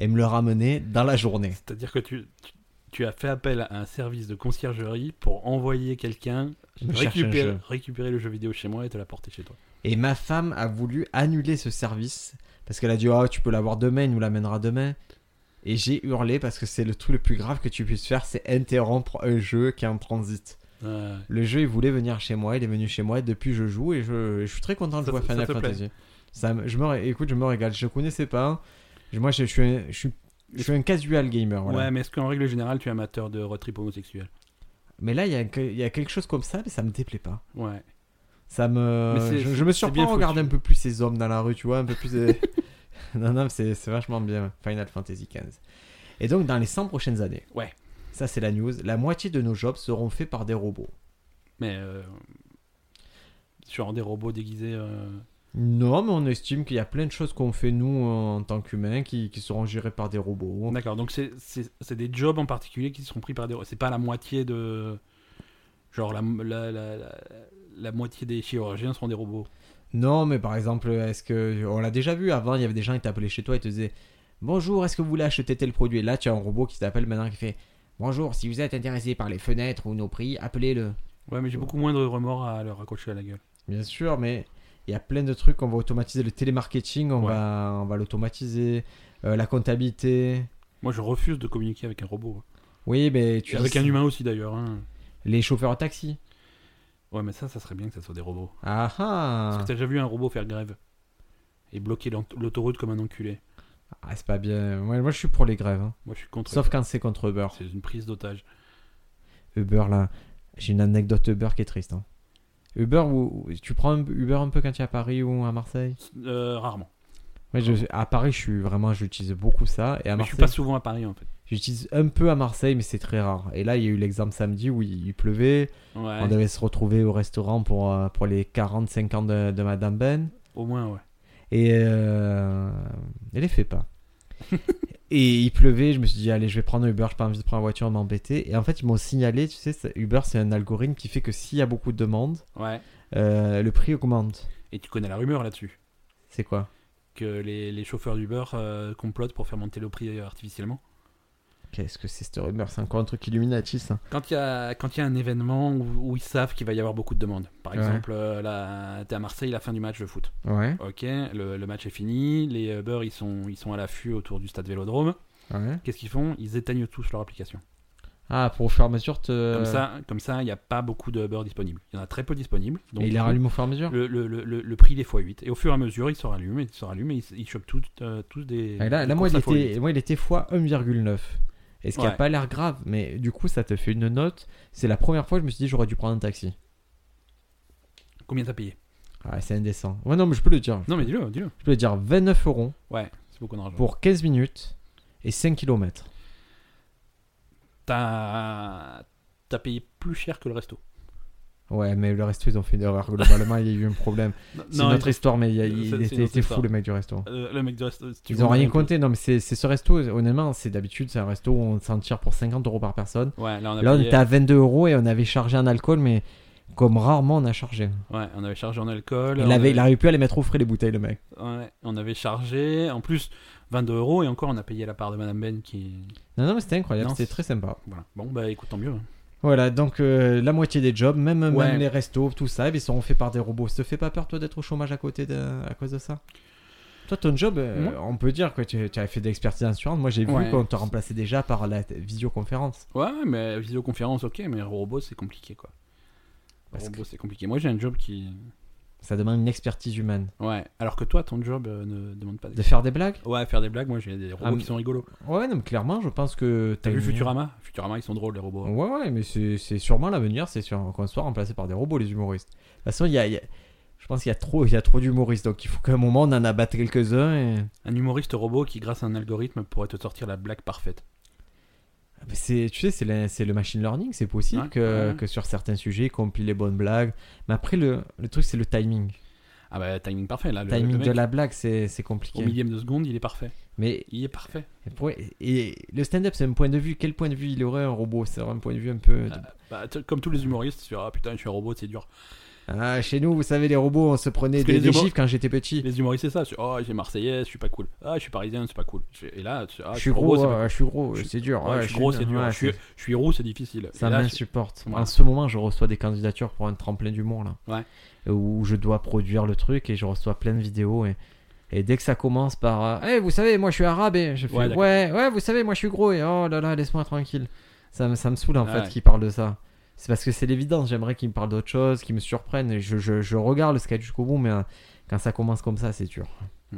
[SPEAKER 2] et me le ramener dans la journée.
[SPEAKER 3] C'est-à-dire que tu, tu, tu as fait appel à un service de conciergerie pour envoyer quelqu'un
[SPEAKER 2] Me chercher un
[SPEAKER 3] récupérer,
[SPEAKER 2] jeu.
[SPEAKER 3] récupérer le jeu vidéo chez moi et te l'apporter chez toi.
[SPEAKER 2] Et ma femme a voulu annuler ce service parce qu'elle a dit Ah, tu peux l'avoir demain, il nous l'amènera demain. Et j'ai hurlé parce que c'est le truc le plus grave que tu puisses faire, c'est interrompre un jeu qui est en transit.
[SPEAKER 3] Euh,
[SPEAKER 2] Le jeu, il voulait venir chez moi, il est venu chez moi, et depuis je joue et je, et je suis très content de
[SPEAKER 3] Ça
[SPEAKER 2] jouer à
[SPEAKER 3] te- ça
[SPEAKER 2] Final
[SPEAKER 3] te plaît
[SPEAKER 2] Fantasy. Ça, me- je me, ré- écoute, je me régale, je ne connaissais pas. Je- Moi, je, je suis, un, je, suis, je suis un casual gamer. Voilà.
[SPEAKER 3] Ouais, mais est-ce qu'en règle générale, tu es amateur de road trip homosexuel
[SPEAKER 2] Mais là, il y, a que- il y a quelque chose comme ça, mais ça me déplaît pas.
[SPEAKER 3] Ouais.
[SPEAKER 2] Ça me.
[SPEAKER 3] Mais c'est-
[SPEAKER 2] Je, je me
[SPEAKER 3] c'est
[SPEAKER 2] surprends
[SPEAKER 3] bien
[SPEAKER 2] à
[SPEAKER 3] foutu.
[SPEAKER 2] regarder un peu plus ces hommes dans la rue, tu vois, un peu plus. euh, non, non, mais c'est c'est vachement bien, Final Fantasy XV. Et donc, dans les 100 prochaines années.
[SPEAKER 3] Ouais.
[SPEAKER 2] Ça, c'est la news. La moitié de nos jobs seront faits par des robots.
[SPEAKER 3] Mais. Euh, genre des robots déguisés. euh,
[SPEAKER 2] Non, mais on estime qu'il y a plein de choses qu'on fait, nous, en tant qu'humains, qui, qui seront gérées par des robots.
[SPEAKER 3] D'accord, donc c'est- c'est c'est des jobs en particulier qui seront pris par des. C'est pas la moitié de. Genre la, la, la, la, la moitié des chirurgiens seront des robots.
[SPEAKER 2] Non, mais par exemple, est-ce que. On l'a déjà vu avant, il y avait des gens qui t'appelaient chez toi et te disaient Bonjour, est-ce que vous voulez acheter tel produit Et là, tu as un robot qui t'appelle maintenant qui fait Bonjour, si vous êtes intéressé par les fenêtres ou nos prix, appelez-le.
[SPEAKER 3] Ouais, mais j'ai beaucoup moins de remords à leur accrocher à la gueule.
[SPEAKER 2] Bien sûr, mais il y a plein de trucs. On va automatiser le télémarketing, on
[SPEAKER 3] Ouais.
[SPEAKER 2] va, on va l'automatiser, euh, la comptabilité.
[SPEAKER 3] Moi, je refuse de communiquer avec un robot.
[SPEAKER 2] Oui, mais tu
[SPEAKER 3] avec
[SPEAKER 2] dis-
[SPEAKER 3] un humain aussi d'ailleurs. hein.
[SPEAKER 2] Les chauffeurs de taxi.
[SPEAKER 3] Ouais, mais ça, ça serait bien que ça soit des robots.
[SPEAKER 2] Ah
[SPEAKER 3] Parce
[SPEAKER 2] ah.
[SPEAKER 3] que t'as déjà vu un robot faire grève et bloquer l'ant- l'autoroute comme un enculé.
[SPEAKER 2] Ah, c'est pas bien. Moi, moi, je suis pour les grèves. hein.
[SPEAKER 3] Moi, je suis contre.
[SPEAKER 2] Sauf quand c'est contre Uber.
[SPEAKER 3] C'est une prise d'otage.
[SPEAKER 2] Uber là, j'ai une anecdote Uber qui est triste. hein. Uber ou ou- tu prends un- Uber un peu quand tu es à Paris ou à Marseille.
[SPEAKER 3] Euh, rarement.
[SPEAKER 2] Moi, je, à Paris, je suis vraiment, j'utilise beaucoup ça et à
[SPEAKER 3] Mais je suis
[SPEAKER 2] Marseille,
[SPEAKER 3] pas souvent à Paris en fait.
[SPEAKER 2] j'utilise un peu à Marseille, mais c'est très rare. Et là, il y a eu l'exemple samedi où il- il pleuvait.
[SPEAKER 3] Ouais,
[SPEAKER 2] On devait se retrouver au restaurant pour, euh, pour les 45 ans de, de Madame Ben.
[SPEAKER 3] au moins, ouais.
[SPEAKER 2] Et euh, elle les fait pas. et il pleuvait, je me suis dit, allez, je vais prendre Uber, j'ai pas envie de prendre la voiture, m'embêter. Et en fait, ils m'ont signalé, tu sais, ça- Uber, c'est un algorithme qui fait que s'il y a beaucoup de demandes,
[SPEAKER 3] Ouais.
[SPEAKER 2] euh, le prix augmente.
[SPEAKER 3] Et tu connais la rumeur là-dessus.
[SPEAKER 2] C'est quoi
[SPEAKER 3] que les, les chauffeurs d'Uber euh, complotent pour faire monter le prix euh, artificiellement.
[SPEAKER 2] Qu'est-ce que c'est cette Uber C'est encore un truc hein. Illuminati, ça.
[SPEAKER 3] Quand il y a quand il y a un événement où, où ils savent qu'il va y avoir beaucoup de demandes. Par
[SPEAKER 2] Ouais.
[SPEAKER 3] exemple, euh, là, t'es à Marseille, la fin du match de foot.
[SPEAKER 2] Ouais,
[SPEAKER 3] Ok, le, le match est fini, les Uber ils sont ils sont à l'affût autour du stade Vélodrome.
[SPEAKER 2] ouais.
[SPEAKER 3] Qu'est-ce qu'ils font Ils éteignent tous leur application.
[SPEAKER 2] Ah, pour au fur et à mesure, te...
[SPEAKER 3] Comme ça, comme ça, il n'y a pas beaucoup de Uber disponibles. Il y en a très peu disponibles. Donc,
[SPEAKER 2] Et il les rallume au fur et à mesure
[SPEAKER 3] le, le, le, le- le prix il est x8 et au fur et à mesure ils se rallument et ils se rallument et ils, ils chopent tous, euh, tous des.
[SPEAKER 2] Et là,
[SPEAKER 3] des
[SPEAKER 2] là, moi,
[SPEAKER 3] courses
[SPEAKER 2] il
[SPEAKER 3] à x8.
[SPEAKER 2] était, moi, il était fois 1,9. Et ce qui n'a
[SPEAKER 3] Ouais.
[SPEAKER 2] pas l'air grave, mais du coup, ça te fait une note. C'est la première fois que je me suis dit, j'aurais dû prendre un taxi.
[SPEAKER 3] Combien t'as payé
[SPEAKER 2] Ah, c'est indécent. Ouais, non, mais je peux le dire.
[SPEAKER 3] Non mais dis-le, dis-le.
[SPEAKER 2] Je peux le dire 29 euros
[SPEAKER 3] Ouais, c'est beaucoup d'argent.
[SPEAKER 2] pour 15 minutes et 5 km.
[SPEAKER 3] t'as t'as payé plus cher que le resto.
[SPEAKER 2] Ouais, mais le resto, ils ont fait une erreur. Globalement, il y a eu un problème. C'est une autre
[SPEAKER 3] ils-
[SPEAKER 2] histoire, mais il, y a- il
[SPEAKER 3] c'est- c'est une
[SPEAKER 2] était,
[SPEAKER 3] autre
[SPEAKER 2] était fou,
[SPEAKER 3] histoire.
[SPEAKER 2] le mec du resto.
[SPEAKER 3] euh, le mec du resto, si tu
[SPEAKER 2] Ils
[SPEAKER 3] veux,
[SPEAKER 2] ont rien
[SPEAKER 3] on-
[SPEAKER 2] compté. Non, mais c'est c'est ce resto, honnêtement, c'est d'habitude, c'est un resto où on s'en tire pour 50 euros par personne.
[SPEAKER 3] Ouais, là on a
[SPEAKER 2] Là, on
[SPEAKER 3] payé-
[SPEAKER 2] était à 22 euros et on avait chargé un alcool, mais comme rarement on a chargé.
[SPEAKER 3] ouais, on avait chargé en alcool.
[SPEAKER 2] Il
[SPEAKER 3] on
[SPEAKER 2] avait, il
[SPEAKER 3] avait-
[SPEAKER 2] aurait pu aller mettre au frais les bouteilles, le mec.
[SPEAKER 3] ouais, on avait chargé. En plus, 22 euros et encore on a payé la part de Madame Ben qui.
[SPEAKER 2] Non, non, mais c'était incroyable,
[SPEAKER 3] Non,
[SPEAKER 2] c'était
[SPEAKER 3] c'est-
[SPEAKER 2] très sympa.
[SPEAKER 3] Voilà. Bon bah écoute, tant mieux. hein.
[SPEAKER 2] Voilà, donc euh, la moitié des jobs, même, même
[SPEAKER 3] Ouais.
[SPEAKER 2] les restos, tout ça, eh bien, ils seront faits par des robots. Ça te fait pas peur, toi, d'être au chômage à côté de, à cause de ça Toi, ton job, euh,
[SPEAKER 3] Moi
[SPEAKER 2] on peut dire que tu, tu avais fait de l'expertise assurante. Moi, j'ai
[SPEAKER 3] Ouais.
[SPEAKER 2] vu qu'on te remplaçait déjà par la t- visioconférence.
[SPEAKER 3] Ouais, mais visioconférence, ok, mais robot c'est compliqué quoi.
[SPEAKER 2] Parce
[SPEAKER 3] robot c'est compliqué. Moi j'ai un job qui.
[SPEAKER 2] Ça demande une expertise humaine.
[SPEAKER 3] Ouais. Alors que toi, ton job euh, ne demande pas.
[SPEAKER 2] De faire des blagues
[SPEAKER 3] Ouais, faire des blagues, moi j'ai des robots
[SPEAKER 2] Ah, mais-
[SPEAKER 3] qui sont rigolos.
[SPEAKER 2] Ouais, non, mais clairement, je pense que.
[SPEAKER 3] T'as vu
[SPEAKER 2] une-
[SPEAKER 3] Futurama Futurama, ils sont drôles les robots.
[SPEAKER 2] Ouais, ouais, mais c'est c'est sûrement l'avenir, c'est sûr qu'on soit remplacé par des robots, les humoristes. De toute façon, il y a, il y a- je pense qu'il y a trop, il y a trop d'humoristes, donc il faut qu'à un moment on en abatte quelques-uns. Et...
[SPEAKER 3] Un humoriste robot qui, grâce à un algorithme, pourrait te sortir la blague parfaite.
[SPEAKER 2] Ah, mais c'est- tu sais, c'est la- c'est le machine learning, c'est possible
[SPEAKER 3] Ouais,
[SPEAKER 2] que,
[SPEAKER 3] ouais.
[SPEAKER 2] que sur certains sujets, ils compilent les bonnes blagues. Mais après, le, le truc, c'est le timing.
[SPEAKER 3] Ah bah, timing parfait là.
[SPEAKER 2] Le
[SPEAKER 3] Le,
[SPEAKER 2] timing
[SPEAKER 3] le mec,
[SPEAKER 2] de la blague, c'est c'est
[SPEAKER 3] Au
[SPEAKER 2] compliqué.
[SPEAKER 3] millième de seconde, il est parfait.
[SPEAKER 2] Mais
[SPEAKER 3] Il est parfait.
[SPEAKER 2] pour- et le stand-up, c'est un point de vue. Quel point de vue il aurait un robot C'est un point de vue un peu. de-
[SPEAKER 3] Bah, t- comme tous les humoristes, tu verras, putain, je suis un robot, c'est dur.
[SPEAKER 2] Ah, chez nous, vous savez, les robots, on se prenait
[SPEAKER 3] Parce que
[SPEAKER 2] des,
[SPEAKER 3] les
[SPEAKER 2] des
[SPEAKER 3] humo-
[SPEAKER 2] chiffres quand j'étais petit.
[SPEAKER 3] Les humoristes, c'est ça. c'est, Oh, j'ai marseillais, je suis pas cool. Ah, je suis parisien, c'est pas cool. Je- Et là, tu- ah,
[SPEAKER 2] je suis
[SPEAKER 3] robot,
[SPEAKER 2] gros,
[SPEAKER 3] c'est pas-
[SPEAKER 2] euh, je suis gros,
[SPEAKER 3] je suis-
[SPEAKER 2] c'est dur.
[SPEAKER 3] Ouais,
[SPEAKER 2] ouais,
[SPEAKER 3] je suis gros, c'est dur.
[SPEAKER 2] ouais,
[SPEAKER 3] je, suis,
[SPEAKER 2] c'est-
[SPEAKER 3] je suis roux, c'est difficile.
[SPEAKER 2] Ça
[SPEAKER 3] Et là, je-
[SPEAKER 2] m'insupporte.
[SPEAKER 3] Voilà.
[SPEAKER 2] En ce moment, je reçois des candidatures pour un tremplin d'humour, là. Euh,
[SPEAKER 3] Ouais.
[SPEAKER 2] Où je dois produire le truc et je reçois plein de vidéos. Et, et dès que ça commence par. euh, Eh, vous savez, moi je suis arabe. Et je fais,
[SPEAKER 3] Ouais,
[SPEAKER 2] ouais,
[SPEAKER 3] d'accord.
[SPEAKER 2] ouais, vous savez, moi je suis gros. Et oh là là, laisse-moi tranquille. Ça, me- ça me saoule en
[SPEAKER 3] Ah
[SPEAKER 2] fait
[SPEAKER 3] ouais.
[SPEAKER 2] qu'ils parlent de ça. C'est parce que c'est l'évidence. J'aimerais qu'ils me parlent d'autre chose, qu'ils me surprennent. Et je, je- je regarde le sketch jusqu'au bout, mais euh, quand ça commence comme ça, c'est dur.
[SPEAKER 3] Hmm.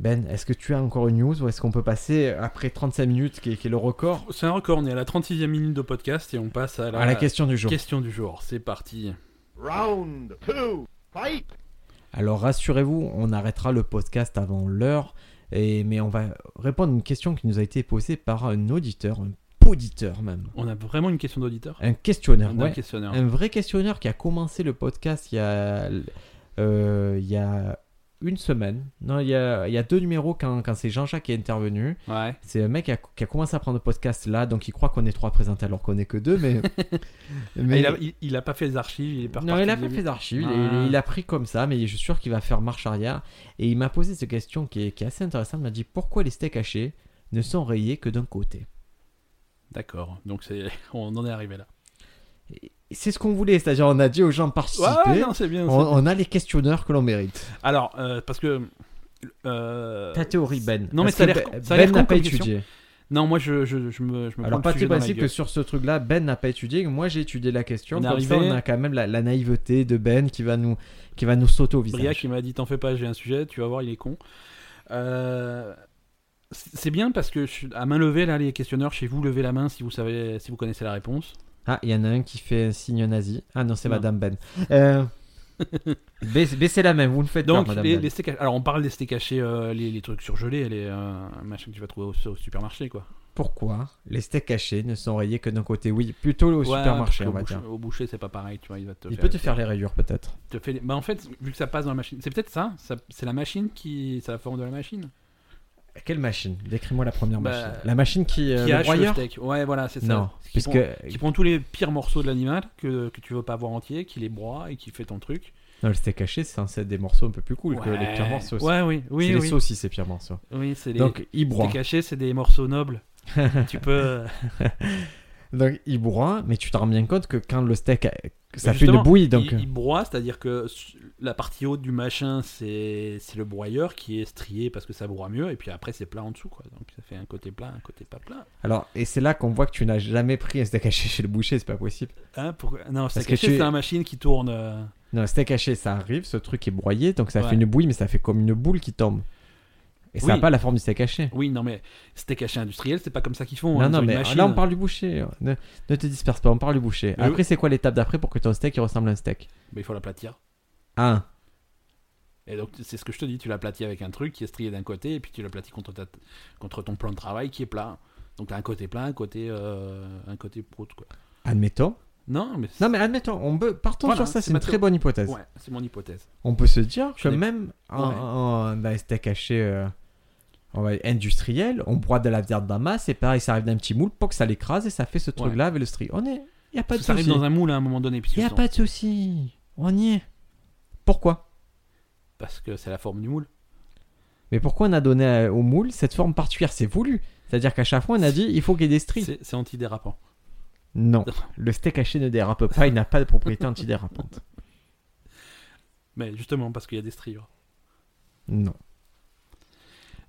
[SPEAKER 2] Ben, est-ce que tu as encore une news ou est-ce qu'on peut passer après 35 minutes qui est, qui est le record
[SPEAKER 3] C'est un record, on est à la 36e minute de podcast et on passe à la,
[SPEAKER 2] à la question du jour
[SPEAKER 3] question du jour. C'est parti.
[SPEAKER 6] Round two, fight!
[SPEAKER 2] Alors rassurez-vous, on arrêtera le podcast avant l'heure, et- mais on va répondre à une question qui nous a été posée par un auditeur, un poditeur même,
[SPEAKER 3] On a vraiment une question d'auditeur
[SPEAKER 2] un questionnaire,
[SPEAKER 3] Un
[SPEAKER 2] Eh ouais.
[SPEAKER 3] questionnaire.
[SPEAKER 2] un vrai questionnaire qui a commencé le podcast il y a, euh, il y a une semaine. Non, il y a, il y a deux numéros quand, quand c'est Jean-Jacques qui est intervenu.
[SPEAKER 3] Ouais.
[SPEAKER 2] C'est un mec qui a, qui a commencé à prendre le podcast là, donc il croit qu'on est trois présentés alors qu'on est que deux, mais...
[SPEAKER 3] Ah,
[SPEAKER 2] mais-
[SPEAKER 3] Il, a, il- il a pas fait les archives, il est pas
[SPEAKER 2] non,
[SPEAKER 3] reparti
[SPEAKER 2] il a
[SPEAKER 3] du
[SPEAKER 2] pas
[SPEAKER 3] début.
[SPEAKER 2] fait d'archives,
[SPEAKER 3] Ah.
[SPEAKER 2] il, il a pris comme ça, mais je suis sûr qu'il va faire marche arrière. Et il m'a posé cette question qui est, qui est assez intéressante. Il m'a dit pourquoi les steaks hachés ne sont rayés que d'un côté
[SPEAKER 3] D'accord, donc c'est... on en est arrivé là.
[SPEAKER 2] Et C'est ce qu'on voulait, c'est-à-dire on a dit aux gens de participer.
[SPEAKER 3] Ouais, non, c'est bien.
[SPEAKER 2] on,
[SPEAKER 3] c'est-
[SPEAKER 2] on a les questionneurs que l'on mérite.
[SPEAKER 3] Alors, euh, parce que. euh,
[SPEAKER 2] Ta théorie, Ben.
[SPEAKER 3] Non, mais
[SPEAKER 2] Parce
[SPEAKER 3] ça a
[SPEAKER 2] que
[SPEAKER 3] l'air
[SPEAKER 2] Ben-
[SPEAKER 3] con- ça a l'air
[SPEAKER 2] Ben
[SPEAKER 3] con
[SPEAKER 2] n'a pas
[SPEAKER 3] comme question.
[SPEAKER 2] étudié.
[SPEAKER 3] Non, moi je, je, je me, je me
[SPEAKER 2] Alors, pas
[SPEAKER 3] prends le
[SPEAKER 2] du
[SPEAKER 3] sujet dans la
[SPEAKER 2] principe que
[SPEAKER 3] gueule.
[SPEAKER 2] sur ce truc-là, Ben n'a pas étudié. Moi, j'ai étudié la question.
[SPEAKER 3] On est
[SPEAKER 2] Comme ça,
[SPEAKER 3] arrivé-
[SPEAKER 2] on a quand même la, la naïveté de Ben qui va nous, qui va nous sauter au visage.
[SPEAKER 3] Briac il m'a dit T'en fais pas, j'ai un sujet, tu vas voir, il est con. Euh, C'est c'est bien parce que je suis à main levée, là, les questionneurs, chez vous, levez la main si vous, savez, si vous connaissez la réponse.
[SPEAKER 2] Ah, il y en a un qui fait un signe nazi. Ah non, c'est
[SPEAKER 3] Non.
[SPEAKER 2] Madame Ben. Euh, baisse- baissez la main, vous ne faites
[SPEAKER 3] Donc,
[SPEAKER 2] pas, Madame
[SPEAKER 3] les,
[SPEAKER 2] Ben.
[SPEAKER 3] les steaks hachés- Alors, on parle des steaks hachés, euh, les, les trucs surgelés, les euh, machins que tu vas trouver au, au supermarché, quoi.
[SPEAKER 2] Pourquoi les steaks cachés ne sont rayés que d'un côté Oui, plutôt au
[SPEAKER 3] Ouais, ouais,
[SPEAKER 2] supermarché, on
[SPEAKER 3] parce qu'au
[SPEAKER 2] va
[SPEAKER 3] boucher-
[SPEAKER 2] dire.
[SPEAKER 3] Au boucher, c'est pas pareil, tu vois. Il, va te
[SPEAKER 2] Il peut te faire les rayures, peut-être.
[SPEAKER 3] te fait les- Bah, en fait, vu que ça passe dans la machine, c'est peut-être ça, ça- C'est la machine qui. C'est la forme de la machine
[SPEAKER 2] Quelle machine Décris-moi la première
[SPEAKER 3] Bah,
[SPEAKER 2] machine. La machine qui, euh,
[SPEAKER 3] Qui
[SPEAKER 2] le
[SPEAKER 3] hache le
[SPEAKER 2] broyeur
[SPEAKER 3] steak. Ouais, voilà, c'est ça.
[SPEAKER 2] Non,
[SPEAKER 3] Qui
[SPEAKER 2] puisque
[SPEAKER 3] prend- Qui prend tous les pires morceaux de l'animal que, que tu veux pas voir entier, qui les broie et qui fait ton truc.
[SPEAKER 2] non, le steak caché, c'est censé être des morceaux un peu plus cool que
[SPEAKER 3] Ouais.
[SPEAKER 2] les pires morceaux.
[SPEAKER 3] Ouais, oui, oui,
[SPEAKER 2] c'est les
[SPEAKER 3] oui.
[SPEAKER 2] saucisses, ces pires morceaux.
[SPEAKER 3] Oui, c'est les.
[SPEAKER 2] Donc, il broie.
[SPEAKER 3] Steak haché, c'est des morceaux nobles. tu peux.
[SPEAKER 2] Donc, il broie, mais tu te rends bien compte que quand le steak, a- ça
[SPEAKER 3] Mais
[SPEAKER 2] fait une
[SPEAKER 3] justement,
[SPEAKER 2] bouillie, donc... euh.
[SPEAKER 3] Il, il broie, c'est-à-dire que su- la partie haute du machin, c'est c'est le broyeur qui est strié parce que ça broie mieux, et puis après, c'est plat en dessous, quoi. Donc ça fait un côté plat, un côté pas plat.
[SPEAKER 2] Alors, et c'est là qu'on voit que tu n'as jamais pris un steak haché chez le boucher, c'est pas possible.
[SPEAKER 3] Hein, pour- Non, c'est
[SPEAKER 2] que
[SPEAKER 3] caché,
[SPEAKER 2] tu-
[SPEAKER 3] c'est la machine qui tourne. euh,
[SPEAKER 2] Non, un steak haché, ça arrive, ce truc est broyé, donc ça
[SPEAKER 3] Ouais.
[SPEAKER 2] fait une bouille, mais ça fait comme une boule qui tombe. Et ça n'a
[SPEAKER 3] Oui.
[SPEAKER 2] pas la forme du steak haché.
[SPEAKER 3] Oui, non, mais steak haché industriel, c'est pas comme ça qu'ils font.
[SPEAKER 2] Non,
[SPEAKER 3] hein, ils ont
[SPEAKER 2] non,
[SPEAKER 3] une
[SPEAKER 2] mais euh,
[SPEAKER 3] machine.
[SPEAKER 2] là on parle du boucher. Ne, ne te disperse pas, on parle du boucher.
[SPEAKER 3] Mais
[SPEAKER 2] après, c'est quoi l'étape d'après pour que ton steak il ressemble à un steak
[SPEAKER 3] Mais il faut l'aplatir.
[SPEAKER 2] Ah,
[SPEAKER 3] Et donc, c'est ce que je te dis, tu l'aplatis avec un truc qui est strié d'un côté, et puis tu l'aplatis contre, ta- contre ton plan de travail qui est plat. Donc, t'as un côté plat, un côté, euh, un côté prout, quoi.
[SPEAKER 2] admettons.
[SPEAKER 3] Non, mais.
[SPEAKER 2] Non, mais admettons, on peut... partons
[SPEAKER 3] Voilà,
[SPEAKER 2] sur ça,
[SPEAKER 3] c'est
[SPEAKER 2] c'est une
[SPEAKER 3] ma
[SPEAKER 2] très
[SPEAKER 3] théorie.
[SPEAKER 2] bonne hypothèse.
[SPEAKER 3] Ouais, c'est mon hypothèse.
[SPEAKER 2] On peut se dire
[SPEAKER 3] Je
[SPEAKER 2] que
[SPEAKER 3] n'ai-
[SPEAKER 2] même un,
[SPEAKER 3] Ouais.
[SPEAKER 2] un- un- un steak haché euh, on va- industriel, on broie de la viande dans masse, et pareil, ça arrive d'un petit moule, poc, ça l'écrase, et ça fait ce truc-là avec le stri. On est. Il a pas de
[SPEAKER 3] Parce que ça arrive
[SPEAKER 2] souci.
[SPEAKER 3] dans un moule hein, à un moment donné. puisque
[SPEAKER 2] Il a
[SPEAKER 3] sans-
[SPEAKER 2] pas de souci, on y est. Pourquoi
[SPEAKER 3] Parce que c'est la forme du moule.
[SPEAKER 2] Mais pourquoi on a donné à- au moule cette forme particulière C'est voulu. C'est-à-dire qu'à chaque fois, on a dit il faut qu'il y ait des stries.
[SPEAKER 3] C'est c'est antidérapant.
[SPEAKER 2] Non, le steak haché ne dérape pas, il n'a pas de propriété antidérapante.
[SPEAKER 3] Mais justement, parce qu'il y a des striures.
[SPEAKER 2] Non.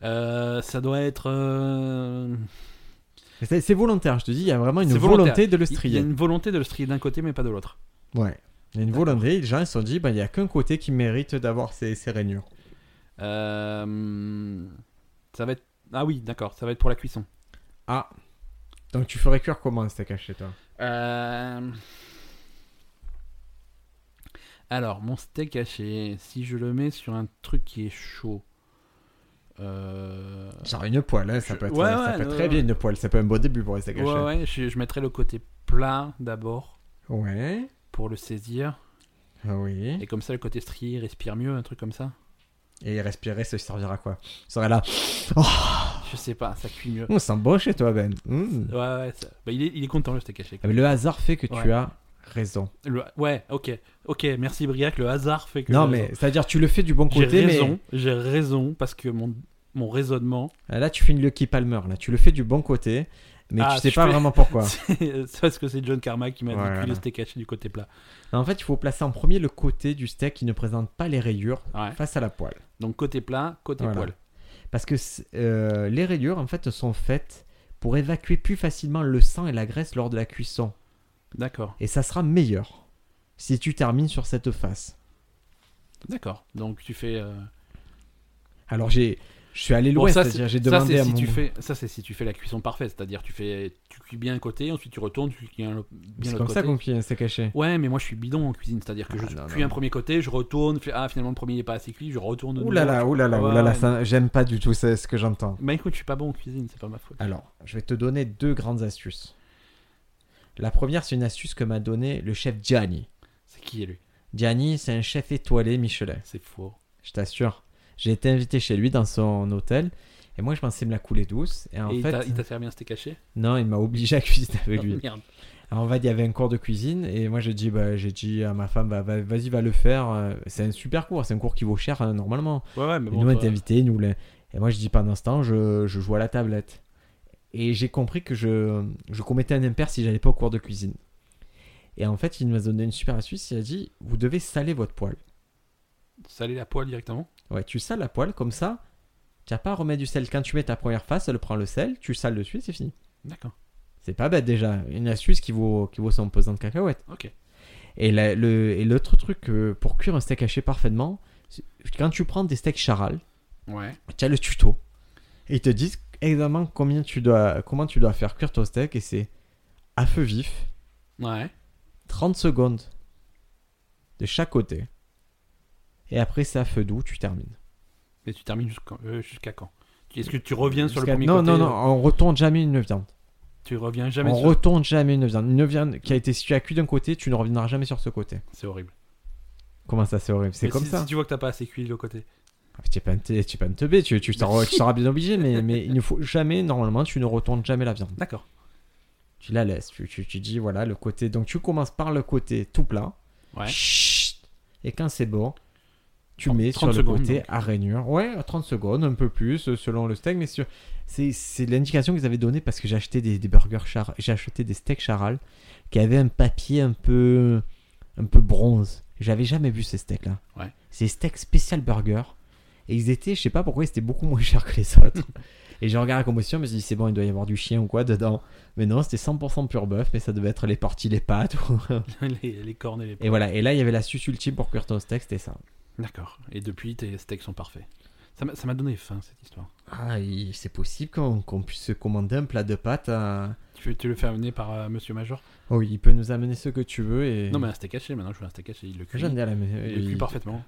[SPEAKER 3] Euh, ça doit être. euh,
[SPEAKER 2] C'est c'est volontaire, je te dis, il y a vraiment une
[SPEAKER 3] C'est volontaire.
[SPEAKER 2] volonté de le
[SPEAKER 3] Il y a
[SPEAKER 2] strier.
[SPEAKER 3] une volonté de le strier d'un côté, mais pas de l'autre.
[SPEAKER 2] Ouais. Il y a une volonté, les gens ils se sont dit, ben, il n'y a qu'un côté qui mérite d'avoir ces, ces rainures.
[SPEAKER 3] Euh, ça va être. Ah oui, d'accord, ça va être pour la cuisson.
[SPEAKER 2] Ah, donc tu ferais cuire comment un steak haché, toi
[SPEAKER 3] Euh, Alors, mon steak haché, si je le mets sur un truc qui est chaud. euh,
[SPEAKER 2] Genre une poêle, hein, ça
[SPEAKER 3] Je-
[SPEAKER 2] peut être,
[SPEAKER 3] ouais,
[SPEAKER 2] ça
[SPEAKER 3] ouais,
[SPEAKER 2] peut être
[SPEAKER 3] ouais,
[SPEAKER 2] très
[SPEAKER 3] ouais.
[SPEAKER 2] bien une poêle, ça peut être un bon début pour un steak haché.
[SPEAKER 3] Ouais, ouais, je, je mettrais le côté plat d'abord
[SPEAKER 2] Ouais.
[SPEAKER 3] pour le saisir.
[SPEAKER 2] Ah oui.
[SPEAKER 3] Et comme ça, le côté strié respire mieux, un truc comme ça.
[SPEAKER 2] Et respirer, ça servira à quoi Il serait là.
[SPEAKER 3] Je sais pas, ça cuit mieux.
[SPEAKER 2] On sent bon chez toi, Ben. Mm.
[SPEAKER 3] Ouais, ouais, ça- bah, il, est, il est content le steak haché.
[SPEAKER 2] Ah, mais le hasard fait que
[SPEAKER 3] Ouais.
[SPEAKER 2] tu as raison.
[SPEAKER 3] Le- Ouais, ok, ok, merci Briac, le hasard fait que.
[SPEAKER 2] non,
[SPEAKER 3] j'ai
[SPEAKER 2] mais
[SPEAKER 3] raison.
[SPEAKER 2] c'est-à-dire, tu le fais du bon
[SPEAKER 3] J'ai
[SPEAKER 2] côté, mais.
[SPEAKER 3] raison, j'ai raison, parce que mon, mon raisonnement.
[SPEAKER 2] Ah, Là, tu fais une Lucky Palmer, là. Tu le fais du bon côté, mais
[SPEAKER 3] Ah,
[SPEAKER 2] tu sais
[SPEAKER 3] je
[SPEAKER 2] pas
[SPEAKER 3] fais-
[SPEAKER 2] vraiment pourquoi.
[SPEAKER 3] c'est c'est parce que c'est John Karma qui m'a dit
[SPEAKER 2] Voilà.
[SPEAKER 3] que le steak haché du côté plat.
[SPEAKER 2] en fait, il faut placer en premier le côté du steak qui ne présente pas les rayures
[SPEAKER 3] Ouais.
[SPEAKER 2] face à la poêle.
[SPEAKER 3] Donc côté plat, côté
[SPEAKER 2] Voilà.
[SPEAKER 3] poil.
[SPEAKER 2] Parce que c'est- euh, les rayures, en fait, sont faites pour évacuer plus facilement le sang et la graisse lors de la cuisson.
[SPEAKER 3] D'accord,
[SPEAKER 2] Et ça sera meilleur si tu termines sur cette face.
[SPEAKER 3] d'accord. Donc tu fais. euh,
[SPEAKER 2] Alors, j'ai. Je suis allé
[SPEAKER 3] Bon,
[SPEAKER 2] loin,
[SPEAKER 3] ça,
[SPEAKER 2] c'est-à-dire j'ai
[SPEAKER 3] Ça,
[SPEAKER 2] demandé
[SPEAKER 3] c'est
[SPEAKER 2] à
[SPEAKER 3] si
[SPEAKER 2] mon...
[SPEAKER 3] tu fais ça c'est si tu fais la cuisson parfaite, c'est-à-dire tu fais tu cuis bien un côté, ensuite tu retournes, tu cuis un lo-
[SPEAKER 2] C'est
[SPEAKER 3] bien l'autre
[SPEAKER 2] comme ça
[SPEAKER 3] côté.
[SPEAKER 2] qu'on cuit un steak haché.
[SPEAKER 3] Ouais, mais moi je suis bidon en cuisine, c'est-à-dire que
[SPEAKER 2] Ah,
[SPEAKER 3] je
[SPEAKER 2] non,
[SPEAKER 3] cuis
[SPEAKER 2] non.
[SPEAKER 3] un premier côté, je retourne, fais, ah finalement le premier n'est pas assez cuit, je retourne. de
[SPEAKER 2] Ouh là
[SPEAKER 3] nouveau.
[SPEAKER 2] là, ouh là là,
[SPEAKER 3] Ah
[SPEAKER 2] ouh
[SPEAKER 3] ouais,
[SPEAKER 2] là là,
[SPEAKER 3] ouais.
[SPEAKER 2] ça- j'aime pas du tout c'est ce que j'entends.
[SPEAKER 3] Bah écoute, je suis pas bon en cuisine, c'est pas ma faute.
[SPEAKER 2] Alors, je vais te donner deux grandes astuces. La première, c'est une astuce que m'a donnée le chef Gianni.
[SPEAKER 3] C'est qui lui
[SPEAKER 2] Gianni, c'est un chef étoilé Michelin,
[SPEAKER 3] C'est faux.
[SPEAKER 2] je t'assure. J'ai été invité chez lui dans son hôtel, et moi je pensais me la couler douce, et en
[SPEAKER 3] Et il
[SPEAKER 2] fait,
[SPEAKER 3] t'a- il t'a servi un steak haché
[SPEAKER 2] non, il m'a obligé à cuisiner avec
[SPEAKER 3] Ah,
[SPEAKER 2] lui.
[SPEAKER 3] Merde.
[SPEAKER 2] Alors, en fait, il y avait un cours de cuisine et moi j'ai dit, bah, j'ai dit à ma femme, bah, va- vas-y, va le faire. euh, C'est un super cours, c'est un cours qui vaut cher hein, normalement.
[SPEAKER 3] Ouais ouais, mais
[SPEAKER 2] Et
[SPEAKER 3] bon.
[SPEAKER 2] nous, on
[SPEAKER 3] toi-
[SPEAKER 2] était invités, nous, les- et moi je dis pendant ce temps, je, je joue à la tablette. Et j'ai compris que je, je commettais un impair si j'allais pas au cours de cuisine. Et en fait, il m'a donné une super astuce, il a dit, vous devez saler votre poêle.
[SPEAKER 3] Saler la poêle directement
[SPEAKER 2] Ouais, tu sales la poêle comme ça, tu n'as pas à remettre du sel. Quand tu mets ta première face, elle prend le sel, tu sales dessus et c'est fini.
[SPEAKER 3] D'accord.
[SPEAKER 2] C'est pas bête déjà, une astuce qui vaut, qui vaut son pesant de cacahuètes.
[SPEAKER 3] Ok.
[SPEAKER 2] Et la- le- et l'autre truc euh, pour cuire un steak haché parfaitement, c'est- quand tu prends des steaks charal,
[SPEAKER 3] Ouais.
[SPEAKER 2] tu as le tuto. Et ils te disent exactement combien tu dois, comment tu dois faire cuire ton steak et c'est à feu vif,
[SPEAKER 3] Ouais.
[SPEAKER 2] 30 secondes de chaque côté. Et après c'est à feu doux, tu termines.
[SPEAKER 3] Mais tu termines jusqu'à euh, jusqu'à quand Est-ce que tu reviens sur le
[SPEAKER 2] Jusqu'à-
[SPEAKER 3] premier
[SPEAKER 2] non,
[SPEAKER 3] côté
[SPEAKER 2] non,
[SPEAKER 3] euh,
[SPEAKER 2] non, on retourne jamais une viande.
[SPEAKER 3] Tu reviens jamais
[SPEAKER 2] on
[SPEAKER 3] sur.
[SPEAKER 2] retourne jamais une viande. Une viande qui a été située à cuit d'un côté, tu ne reviendras jamais sur ce côté.
[SPEAKER 3] C'est horrible.
[SPEAKER 2] Comment ça, c'est horrible C'est
[SPEAKER 3] Mais
[SPEAKER 2] comme
[SPEAKER 3] si,
[SPEAKER 2] ça.
[SPEAKER 3] Si tu vois que t'as pas assez cuit le côté.
[SPEAKER 2] Ah, Tu es pas un te- tu es pas un teubé, tu, tu, t'en- tu seras bien obligé, mais, mais il ne faut jamais, normalement, tu ne retournes jamais la viande.
[SPEAKER 3] D'accord.
[SPEAKER 2] Tu la laisses, tu, tu, tu dis, voilà, le côté. Donc tu commences par le côté tout plat.
[SPEAKER 3] Ouais.
[SPEAKER 2] Chut et quand c'est bon, tu
[SPEAKER 3] 30
[SPEAKER 2] mets sur le
[SPEAKER 3] secondes,
[SPEAKER 2] côté
[SPEAKER 3] donc.
[SPEAKER 2] à rainure. Ouais, à 30 secondes, un peu plus, euh, selon le steak, mais sur... c'est, c'est l'indication qu'ils avaient donnée parce que j'ai acheté des, des burgers char... j'ai acheté des steaks charal qui avaient un papier un peu, un peu bronze. J'avais jamais vu ces steaks-là.
[SPEAKER 3] Ouais.
[SPEAKER 2] C'est des steaks spécial burger. Et ils étaient, je sais pas pourquoi, ils étaient beaucoup moins chers que les autres. et j'ai regardé la composition, je me suis dit, c'est bon, il doit y avoir du chien ou quoi dedans. Mais non, c'était 100% pur bœuf, mais ça devait être les parties, les pattes. ou-
[SPEAKER 3] les, les cornes et les.
[SPEAKER 2] et voilà, et là il y avait l'astuce ultime pour cuire ton steak, c'était ça.
[SPEAKER 3] D'accord. Et depuis, tes steaks sont parfaits. Ça m'a- ça m'a donné faim cette histoire.
[SPEAKER 2] Ah, il- c'est possible qu'on qu'on puisse se commander un plat de pâtes. à-
[SPEAKER 3] Tu veux te le faire amener par euh, Monsieur Major
[SPEAKER 2] Oh, il peut nous amener ce que tu veux et.
[SPEAKER 3] Non, mais un steak haché, maintenant je veux un steak haché. Il le cuit.
[SPEAKER 2] J'en ai à la maison.
[SPEAKER 3] Il le
[SPEAKER 2] euh, Il-
[SPEAKER 3] cuit parfaitement.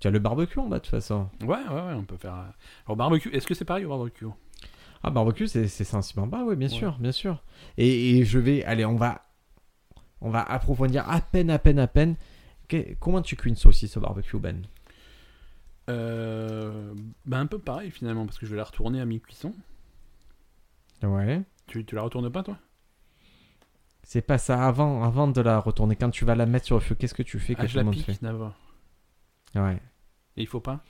[SPEAKER 2] Tu as le barbecue en bas de toute façon.
[SPEAKER 3] Ouais, ouais, ouais, on peut faire. euh, Alors, barbecue, est-ce que c'est pareil au barbecue
[SPEAKER 2] Ah, barbecue, c'est c'est sensiblement bas, oui, bien
[SPEAKER 3] Ouais.
[SPEAKER 2] sûr, bien sûr. Et, et je vais. Allez, on va. On va approfondir à peine, à peine, à peine. Que- Comment tu cuis une saucisse au barbecue, Ben
[SPEAKER 3] euh... Bah, un peu pareil finalement, parce que je vais la retourner à mi-cuisson.
[SPEAKER 2] Ouais.
[SPEAKER 3] Tu, tu la retournes pas, toi
[SPEAKER 2] C'est pas ça. Avant, avant de la retourner, quand tu vas la mettre sur le feu, qu'est-ce que tu fais que
[SPEAKER 3] Ah,
[SPEAKER 2] tout
[SPEAKER 3] je
[SPEAKER 2] le
[SPEAKER 3] la
[SPEAKER 2] monde
[SPEAKER 3] pique d'abord.
[SPEAKER 2] fait Ouais.
[SPEAKER 3] Et il faut pas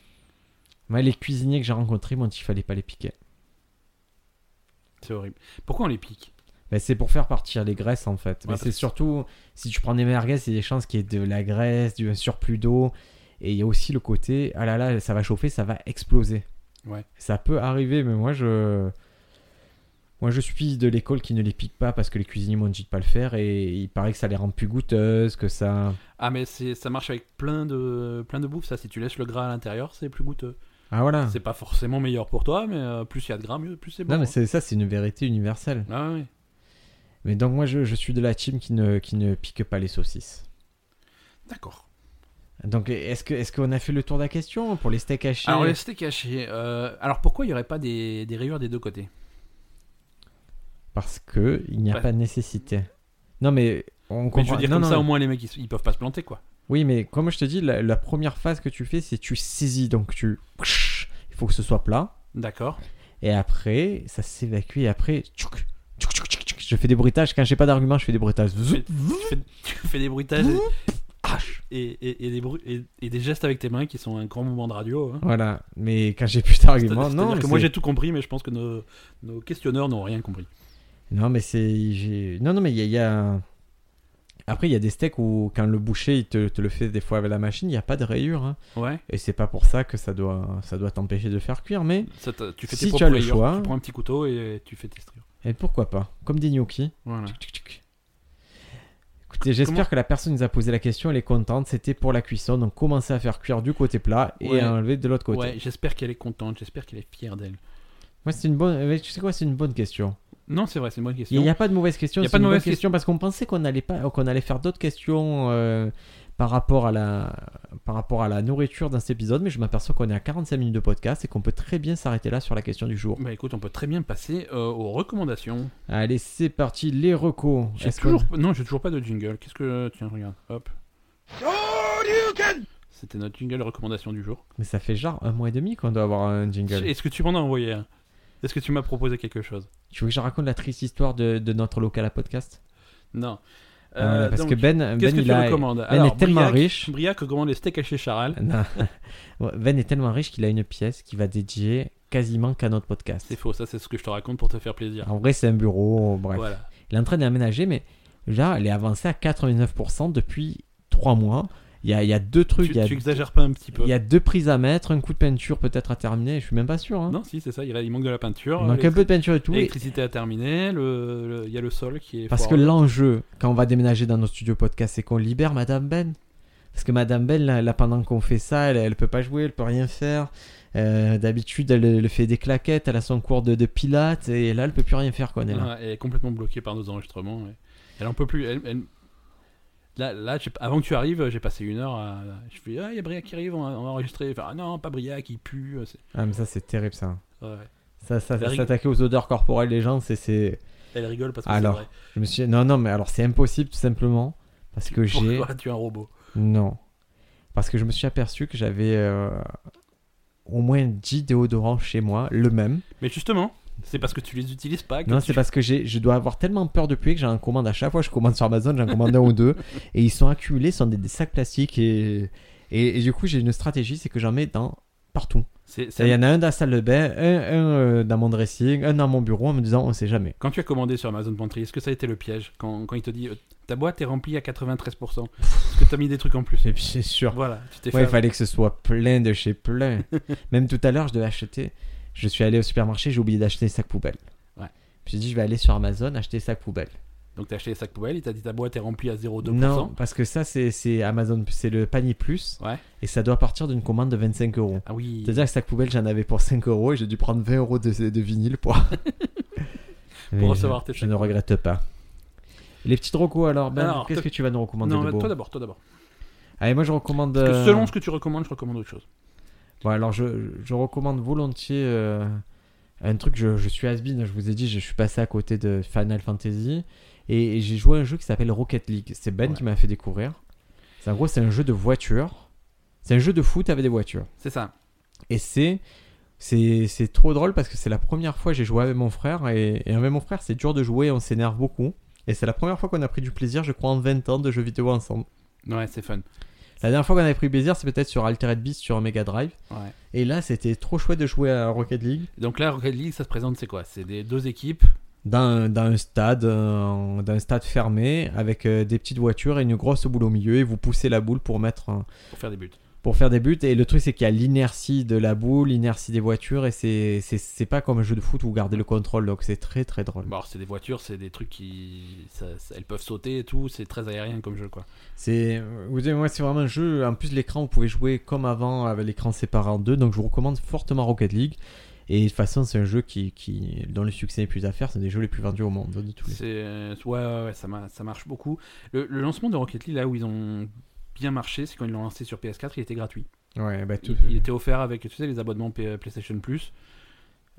[SPEAKER 2] Moi, les cuisiniers que j'ai rencontrés m'ont dit qu'il fallait pas les piquer.
[SPEAKER 3] C'est horrible. Pourquoi on les pique
[SPEAKER 2] Ben, c'est pour faire partir les graisses en fait.
[SPEAKER 3] Ouais,
[SPEAKER 2] Mais
[SPEAKER 3] parce
[SPEAKER 2] c'est
[SPEAKER 3] que-
[SPEAKER 2] surtout si tu prends des merguez, il y a des chances qu'il y ait de la graisse, du un surplus d'eau. Et il y a aussi le côté ah là là, ça va chauffer, ça va exploser.
[SPEAKER 3] Ouais.
[SPEAKER 2] Ça peut arriver, mais moi je. Moi, je suis de l'école qui ne les pique pas parce que les cuisiniers m'ont dit de pas le faire et il paraît que ça les rend plus goûteuses, que ça.
[SPEAKER 3] Ah, mais c'est- ça marche avec plein de, plein de bouffe, ça. Si tu laisses le gras à l'intérieur, c'est plus goûteux.
[SPEAKER 2] Ah voilà.
[SPEAKER 3] C'est pas forcément meilleur pour toi, mais euh, plus il y a de gras, mieux, plus c'est bon. hein.
[SPEAKER 2] Non, mais c'est ça, c'est une vérité universelle.
[SPEAKER 3] Ah ouais.
[SPEAKER 2] Mais donc moi, je, je suis de la team qui ne, qui ne pique pas les saucisses.
[SPEAKER 3] D'accord.
[SPEAKER 2] Donc est-ce que est-ce qu'on a fait le tour de la question pour les steaks hachés
[SPEAKER 3] Alors, les steaks hachés. euh, alors, pourquoi il n'y aurait pas des, des rayures des deux côtés
[SPEAKER 2] Parce que il n'y a
[SPEAKER 3] Ouais.
[SPEAKER 2] pas de nécessité. Non mais on comprend.
[SPEAKER 3] Mais je veux dire,
[SPEAKER 2] non,
[SPEAKER 3] comme
[SPEAKER 2] non,
[SPEAKER 3] ça, au moins, les mecs, ils, s- ils peuvent pas se planter, quoi.
[SPEAKER 2] Oui, mais comme je te dis, la, la première phase que tu fais, c'est tu saisis, donc tu. Il faut que ce soit plat.
[SPEAKER 3] D'accord.
[SPEAKER 2] Et après, ça s'évacue. Et après, tchouk, tchouk, tchouk, tchouk, tchouk. je fais des bruitages. Quand j'ai pas d'argument, je fais des bruitages.
[SPEAKER 3] Tu
[SPEAKER 2] Zoup.
[SPEAKER 3] fais, tu fais- tu fais des bruitages et-
[SPEAKER 2] Mmh.
[SPEAKER 3] et, et- et des bru- et- et des gestes avec tes mains qui sont un grand moment de radio. hein.
[SPEAKER 2] Voilà. Mais quand j'ai plus d'argument,
[SPEAKER 3] C'est-à-dire-
[SPEAKER 2] non.
[SPEAKER 3] c'est-à-dire
[SPEAKER 2] mais
[SPEAKER 3] que moi
[SPEAKER 2] c'est-
[SPEAKER 3] j'ai tout compris, mais je pense que nos, nos questionneurs n'ont rien compris.
[SPEAKER 2] Non, mais c'est. j'ai- Non, non, mais il y a. il y a- Après, il y a des steaks où, quand le boucher il te, te le fait des fois avec la machine, il n'y a pas de rayures. hein.
[SPEAKER 3] Ouais.
[SPEAKER 2] Et c'est pas pour ça que ça doit, ça doit t'empêcher de faire cuire, mais.
[SPEAKER 3] Ça t'a- tu fais
[SPEAKER 2] Si tu
[SPEAKER 3] tes propres
[SPEAKER 2] as le
[SPEAKER 3] rayures,
[SPEAKER 2] choix.
[SPEAKER 3] tu prends un petit couteau et tu fais tes striures.
[SPEAKER 2] Et pourquoi pas Comme des gnocchis.
[SPEAKER 3] Voilà.
[SPEAKER 2] Tchouk, tchouk, tchouk. Écoutez, j'espère
[SPEAKER 3] Comment-
[SPEAKER 2] que la personne qui nous a posé la question, elle est contente. C'était pour la cuisson, donc commencez à faire cuire du côté plat et
[SPEAKER 3] Ouais.
[SPEAKER 2] à enlever de l'autre côté.
[SPEAKER 3] Ouais, j'espère qu'elle est contente, j'espère qu'elle est fière d'elle.
[SPEAKER 2] Moi, c'est une bonne. mais Tu sais quoi, c'est une bonne question.
[SPEAKER 3] Non, c'est vrai, c'est une bonne question.
[SPEAKER 2] Il n'y a pas de mauvaise question.
[SPEAKER 3] Il y a
[SPEAKER 2] c'est
[SPEAKER 3] pas de
[SPEAKER 2] une bonne
[SPEAKER 3] mauvaise
[SPEAKER 2] question parce qu'on pensait qu'on allait pas, qu'on allait faire d'autres questions euh, par rapport à la, par rapport à la nourriture dans cet épisode, mais je m'aperçois qu'on est à 45 minutes de podcast et qu'on peut très bien s'arrêter là sur la question du jour.
[SPEAKER 3] Bah écoute, on peut très bien passer euh, aux recommandations.
[SPEAKER 2] Allez, c'est parti, les recos.
[SPEAKER 3] J'ai
[SPEAKER 2] Est-ce
[SPEAKER 3] toujours... Non, j'ai toujours pas de jingle. Qu'est-ce que. Tiens, regarde, hop. C'était notre jingle recommandation du jour.
[SPEAKER 2] qu'on- Mais ça fait genre un mois et demi qu'on doit avoir un jingle.
[SPEAKER 3] Est-ce que tu m'en as envoyé un Est-ce que tu m'as proposé quelque chose
[SPEAKER 2] Tu veux que je raconte la triste histoire de, de notre local à podcast
[SPEAKER 3] Non.
[SPEAKER 2] Ah, voilà,
[SPEAKER 3] Euh,
[SPEAKER 2] Parce
[SPEAKER 3] donc,
[SPEAKER 2] que Ben, ben
[SPEAKER 3] qu'est-ce que
[SPEAKER 2] il
[SPEAKER 3] tu
[SPEAKER 2] a,
[SPEAKER 3] recommandes
[SPEAKER 2] Ben est tellement
[SPEAKER 3] Briac-
[SPEAKER 2] riche.
[SPEAKER 3] Briac recommande les steaks hachés Charal.
[SPEAKER 2] Non. Ouais, Ben est tellement riche qu'il a une pièce qui va dédier quasiment qu'à notre podcast.
[SPEAKER 3] C'est hein. faux, ça c'est ce que je te raconte pour te faire plaisir.
[SPEAKER 2] En vrai, c'est un bureau, bref.
[SPEAKER 3] Voilà.
[SPEAKER 2] Il est en train d'aménager, mais là, elle est avancée à 89% depuis 3 mois. Il y a, il y a deux trucs,
[SPEAKER 3] Tu,
[SPEAKER 2] il, y a,
[SPEAKER 3] tu exagères pas un petit peu.
[SPEAKER 2] il y a deux prises à mettre, un coup de peinture peut-être à terminer, je suis même pas sûr. hein.
[SPEAKER 3] Non, si, c'est ça, il, il manque de la peinture.
[SPEAKER 2] il manque un
[SPEAKER 3] l'électri-
[SPEAKER 2] peu de peinture et tout. et-
[SPEAKER 3] L'électricité à terminer, le- le- il y a le sol qui est.
[SPEAKER 2] Parce que
[SPEAKER 3] foireux.
[SPEAKER 2] l'enjeu, quand on va déménager dans nos studios podcast, c'est qu'on libère Madame Ben. Parce que Madame Ben, là, là, pendant qu'on fait ça, elle, elle peut pas jouer, elle peut rien faire. Euh, D'habitude, elle, elle fait des claquettes, elle a son cours de, de pilates, et là, elle peut plus rien faire quand elle est là.
[SPEAKER 3] Ouais, elle est complètement bloquée par nos enregistrements. ouais. Elle en peut plus. elle- elle- Là, là j'ai- avant que tu arrives, j'ai passé une heure à. Je fais Ah, il y a Briac qui arrive, on va, on va enregistrer. Enfin, ah non, pas Briac, il pue. euh, c'est-
[SPEAKER 2] Ah, mais ça, c'est terrible, ça.
[SPEAKER 3] ouais.
[SPEAKER 2] Ça, ça,
[SPEAKER 3] Elle rigole.
[SPEAKER 2] s'attaquer aux odeurs corporelles des gens, c'est- c'est.
[SPEAKER 3] Elle rigole parce que
[SPEAKER 2] Alors,
[SPEAKER 3] c'est vrai.
[SPEAKER 2] Je me suis. Non, non, mais alors, c'est impossible, tout simplement. Parce que j'ai.
[SPEAKER 3] Pourquoi tu es un robot
[SPEAKER 2] Non. Parce que je me suis aperçu que j'avais euh, au moins 10 déodorants chez moi, le même.
[SPEAKER 3] Mais justement, c'est parce que tu les utilises pas. que
[SPEAKER 2] Non,
[SPEAKER 3] tu-
[SPEAKER 2] c'est parce que j'ai, je dois avoir tellement peur de puer que j'en commande à chaque fois. Je commande sur Amazon, j'en commande un ou deux. Et ils sont accumulés sur des, des sacs plastiques. Et, et, et du coup, j'ai une stratégie c'est que j'en mets dans partout.
[SPEAKER 3] c'est-
[SPEAKER 2] Il y
[SPEAKER 3] c'est-
[SPEAKER 2] en a un dans la salle de bain, un, un, euh, dans mon dressing, un dans mon bureau en me disant on sait jamais.
[SPEAKER 3] Quand tu as commandé sur Amazon Pantry, est-ce que ça a été le piège quand, quand il te dit euh, ta boîte est remplie à 93% Est-ce que t'as mis des trucs en plus
[SPEAKER 2] Et puis, c'est sûr.
[SPEAKER 3] Voilà, tu t'es
[SPEAKER 2] Ouais, il
[SPEAKER 3] fait.
[SPEAKER 2] fallait que ce soit plein de chez plein. Même tout à l'heure, je devais acheter. Je suis allé au supermarché, j'ai oublié d'acheter des sacs poubelles.
[SPEAKER 3] Ouais.
[SPEAKER 2] Puis j'ai dit je vais aller sur Amazon acheter des sacs poubelles.
[SPEAKER 3] Donc t'as acheté les sacs poubelles, il t'a dit ta boîte est remplie à 0,2%.
[SPEAKER 2] Non, parce que ça, c'est, c'est Amazon, c'est le panier plus.
[SPEAKER 3] Ouais.
[SPEAKER 2] Et ça doit partir d'une commande de 25 euros.
[SPEAKER 3] Ah oui.
[SPEAKER 2] C'est-à-dire que sac poubelle, j'en avais pour 5 euros et j'ai dû prendre 20 euros de, de vinyle pour. Mais
[SPEAKER 3] recevoir
[SPEAKER 2] je-
[SPEAKER 3] tes
[SPEAKER 2] Je
[SPEAKER 3] sacs
[SPEAKER 2] ne regrette pas. Les petites recos alors, Ben,
[SPEAKER 3] Alors,
[SPEAKER 2] qu'est-ce
[SPEAKER 3] toi-
[SPEAKER 2] que tu vas nous recommander
[SPEAKER 3] Non,
[SPEAKER 2] de
[SPEAKER 3] bah,
[SPEAKER 2] beau
[SPEAKER 3] toi d'abord, toi d'abord.
[SPEAKER 2] Allez, moi je recommande.
[SPEAKER 3] Parce
[SPEAKER 2] euh,
[SPEAKER 3] que selon ce que tu recommandes, je recommande autre chose.
[SPEAKER 2] bon, alors je, je recommande volontiers euh, un truc. Je, je suis has je vous ai dit, je suis passé à côté de Final Fantasy et, et j'ai joué à un jeu qui s'appelle Rocket League. C'est Ben
[SPEAKER 3] Ouais.
[SPEAKER 2] qui m'a fait découvrir. C'est en gros, c'est un jeu de voiture. C'est un jeu de foot avec des voitures.
[SPEAKER 3] C'est ça.
[SPEAKER 2] Et c'est. C'est c'est trop drôle parce que c'est la première fois que j'ai joué avec mon frère et, et avec mon frère c'est dur de jouer, on s'énerve beaucoup. Et c'est la première fois qu'on a pris du plaisir, je crois, en 20 ans de jeux vidéo ensemble.
[SPEAKER 3] Ouais, c'est fun.
[SPEAKER 2] La dernière fois qu'on avait pris plaisir, c'est peut-être sur Altered Beast, sur Mega Drive.
[SPEAKER 3] Ouais.
[SPEAKER 2] Et là, c'était trop chouette de jouer à Rocket League
[SPEAKER 3] Donc là, Rocket League, ça se présente, c'est quoi C'est des deux équipes.
[SPEAKER 2] dans, un- dans un stade, euh, dans un stade fermé avec euh, des petites voitures et une grosse boule au milieu et vous poussez la boule pour mettre un-
[SPEAKER 3] Pour faire des buts.
[SPEAKER 2] pour faire des buts. Et le truc, c'est qu'il y a l'inertie de la boule, l'inertie des voitures, et c'est- c'est c'est pas comme un jeu de foot où vous gardez le contrôle, donc c'est très très drôle.
[SPEAKER 3] Bon, alors, c'est des voitures, c'est des trucs qui. ça- ça- elles peuvent sauter et tout, c'est très aérien comme jeu, quoi.
[SPEAKER 2] C'est euh, vous savez, moi, c'est vraiment un jeu. En plus, l'écran, vous pouvez jouer comme avant avec l'écran séparé en deux. Donc, je vous recommande fortement Rocket League. Et de toute façon, c'est un jeu qui, qui, dont le succès est plus à faire. C'est un des jeux les plus vendus au monde de tous les.
[SPEAKER 3] C'est euh, ouais, ouais, ouais, ça, ma- ça marche beaucoup. Le, le lancement de Rocket League, là où ils ont bien marché, c'est quand ils l'ont lancé sur PS4, il était gratuit.
[SPEAKER 2] Ouais, bah, tout-
[SPEAKER 3] Il, il était offert avec, tu sais, les abonnements P- PlayStation Plus.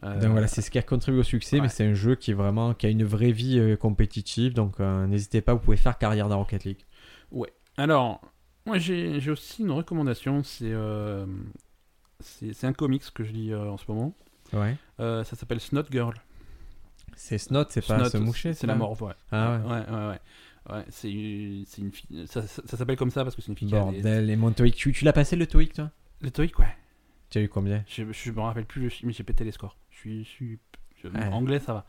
[SPEAKER 3] Euh,
[SPEAKER 2] Donc voilà, c'est ce qui a contribué au succès,
[SPEAKER 3] ouais.
[SPEAKER 2] mais c'est un jeu qui est vraiment qui a une vraie vie euh, compétitive. Donc euh, n'hésitez pas, vous pouvez faire carrière dans Rocket League.
[SPEAKER 3] Alors, moi j'ai j'ai aussi une recommandation, c'est euh, c'est c'est un comics que je lis euh, en ce moment.
[SPEAKER 2] Ouais.
[SPEAKER 3] Euh, ça s'appelle Snot Girl.
[SPEAKER 2] C'est Snot, c'est pas
[SPEAKER 3] Snot,
[SPEAKER 2] se moucher,
[SPEAKER 3] C'est la
[SPEAKER 2] ça
[SPEAKER 3] mort, ouais.
[SPEAKER 2] Ah ouais.
[SPEAKER 3] ouais, ouais, ouais. Ouais, c'est une, c'est une fille. Ça, ça- ça s'appelle comme ça parce que c'est une fille. qui a des-
[SPEAKER 2] Bordel, et mon TOEIC, tu, tu l'as passé le TOEIC toi
[SPEAKER 3] Le TOEIC, ouais.
[SPEAKER 2] Tu as eu combien
[SPEAKER 3] Je, je me rappelle plus, je- mais j'ai pété les scores. Je suis. je suis- je-
[SPEAKER 2] Ouais.
[SPEAKER 3] Anglais, ça va.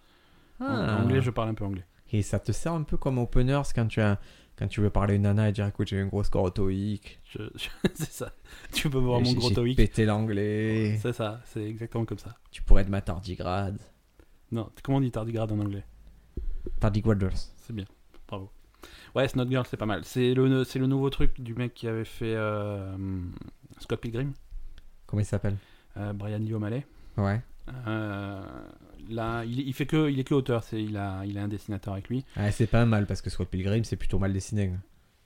[SPEAKER 3] En- Anglais, je parle un peu anglais.
[SPEAKER 2] Ah. Et ça te sert un peu comme openers quand tu as quand tu veux parler à une nana et dire écoute j'ai eu un gros score au TOEIC.
[SPEAKER 3] Je- je- c'est ça. Tu peux voir
[SPEAKER 2] et
[SPEAKER 3] mon
[SPEAKER 2] j'ai-
[SPEAKER 3] gros
[SPEAKER 2] j'ai
[SPEAKER 3] TOEIC.
[SPEAKER 2] pété l'anglais.
[SPEAKER 3] C'est ça, c'est exactement comme ça.
[SPEAKER 2] Tu pourrais être ma tardigrade.
[SPEAKER 3] Non, comment on dit tardigrade en anglais
[SPEAKER 2] Tardigraders.
[SPEAKER 3] C'est bien, bravo. Ouais, Snot Girl, c'est pas mal. C'est le, c'est le nouveau truc du mec qui avait fait euh, hum, Scott Pilgrim,
[SPEAKER 2] Comment il s'appelle
[SPEAKER 3] euh, Brian Lee O'Malley.
[SPEAKER 2] Ouais.
[SPEAKER 3] Euh, là, il, il fait que, il est que auteur, c'est, il, a, il a un dessinateur avec lui.
[SPEAKER 2] Ah, c'est pas mal parce que Scott Pilgrim c'est plutôt mal dessiné. hein.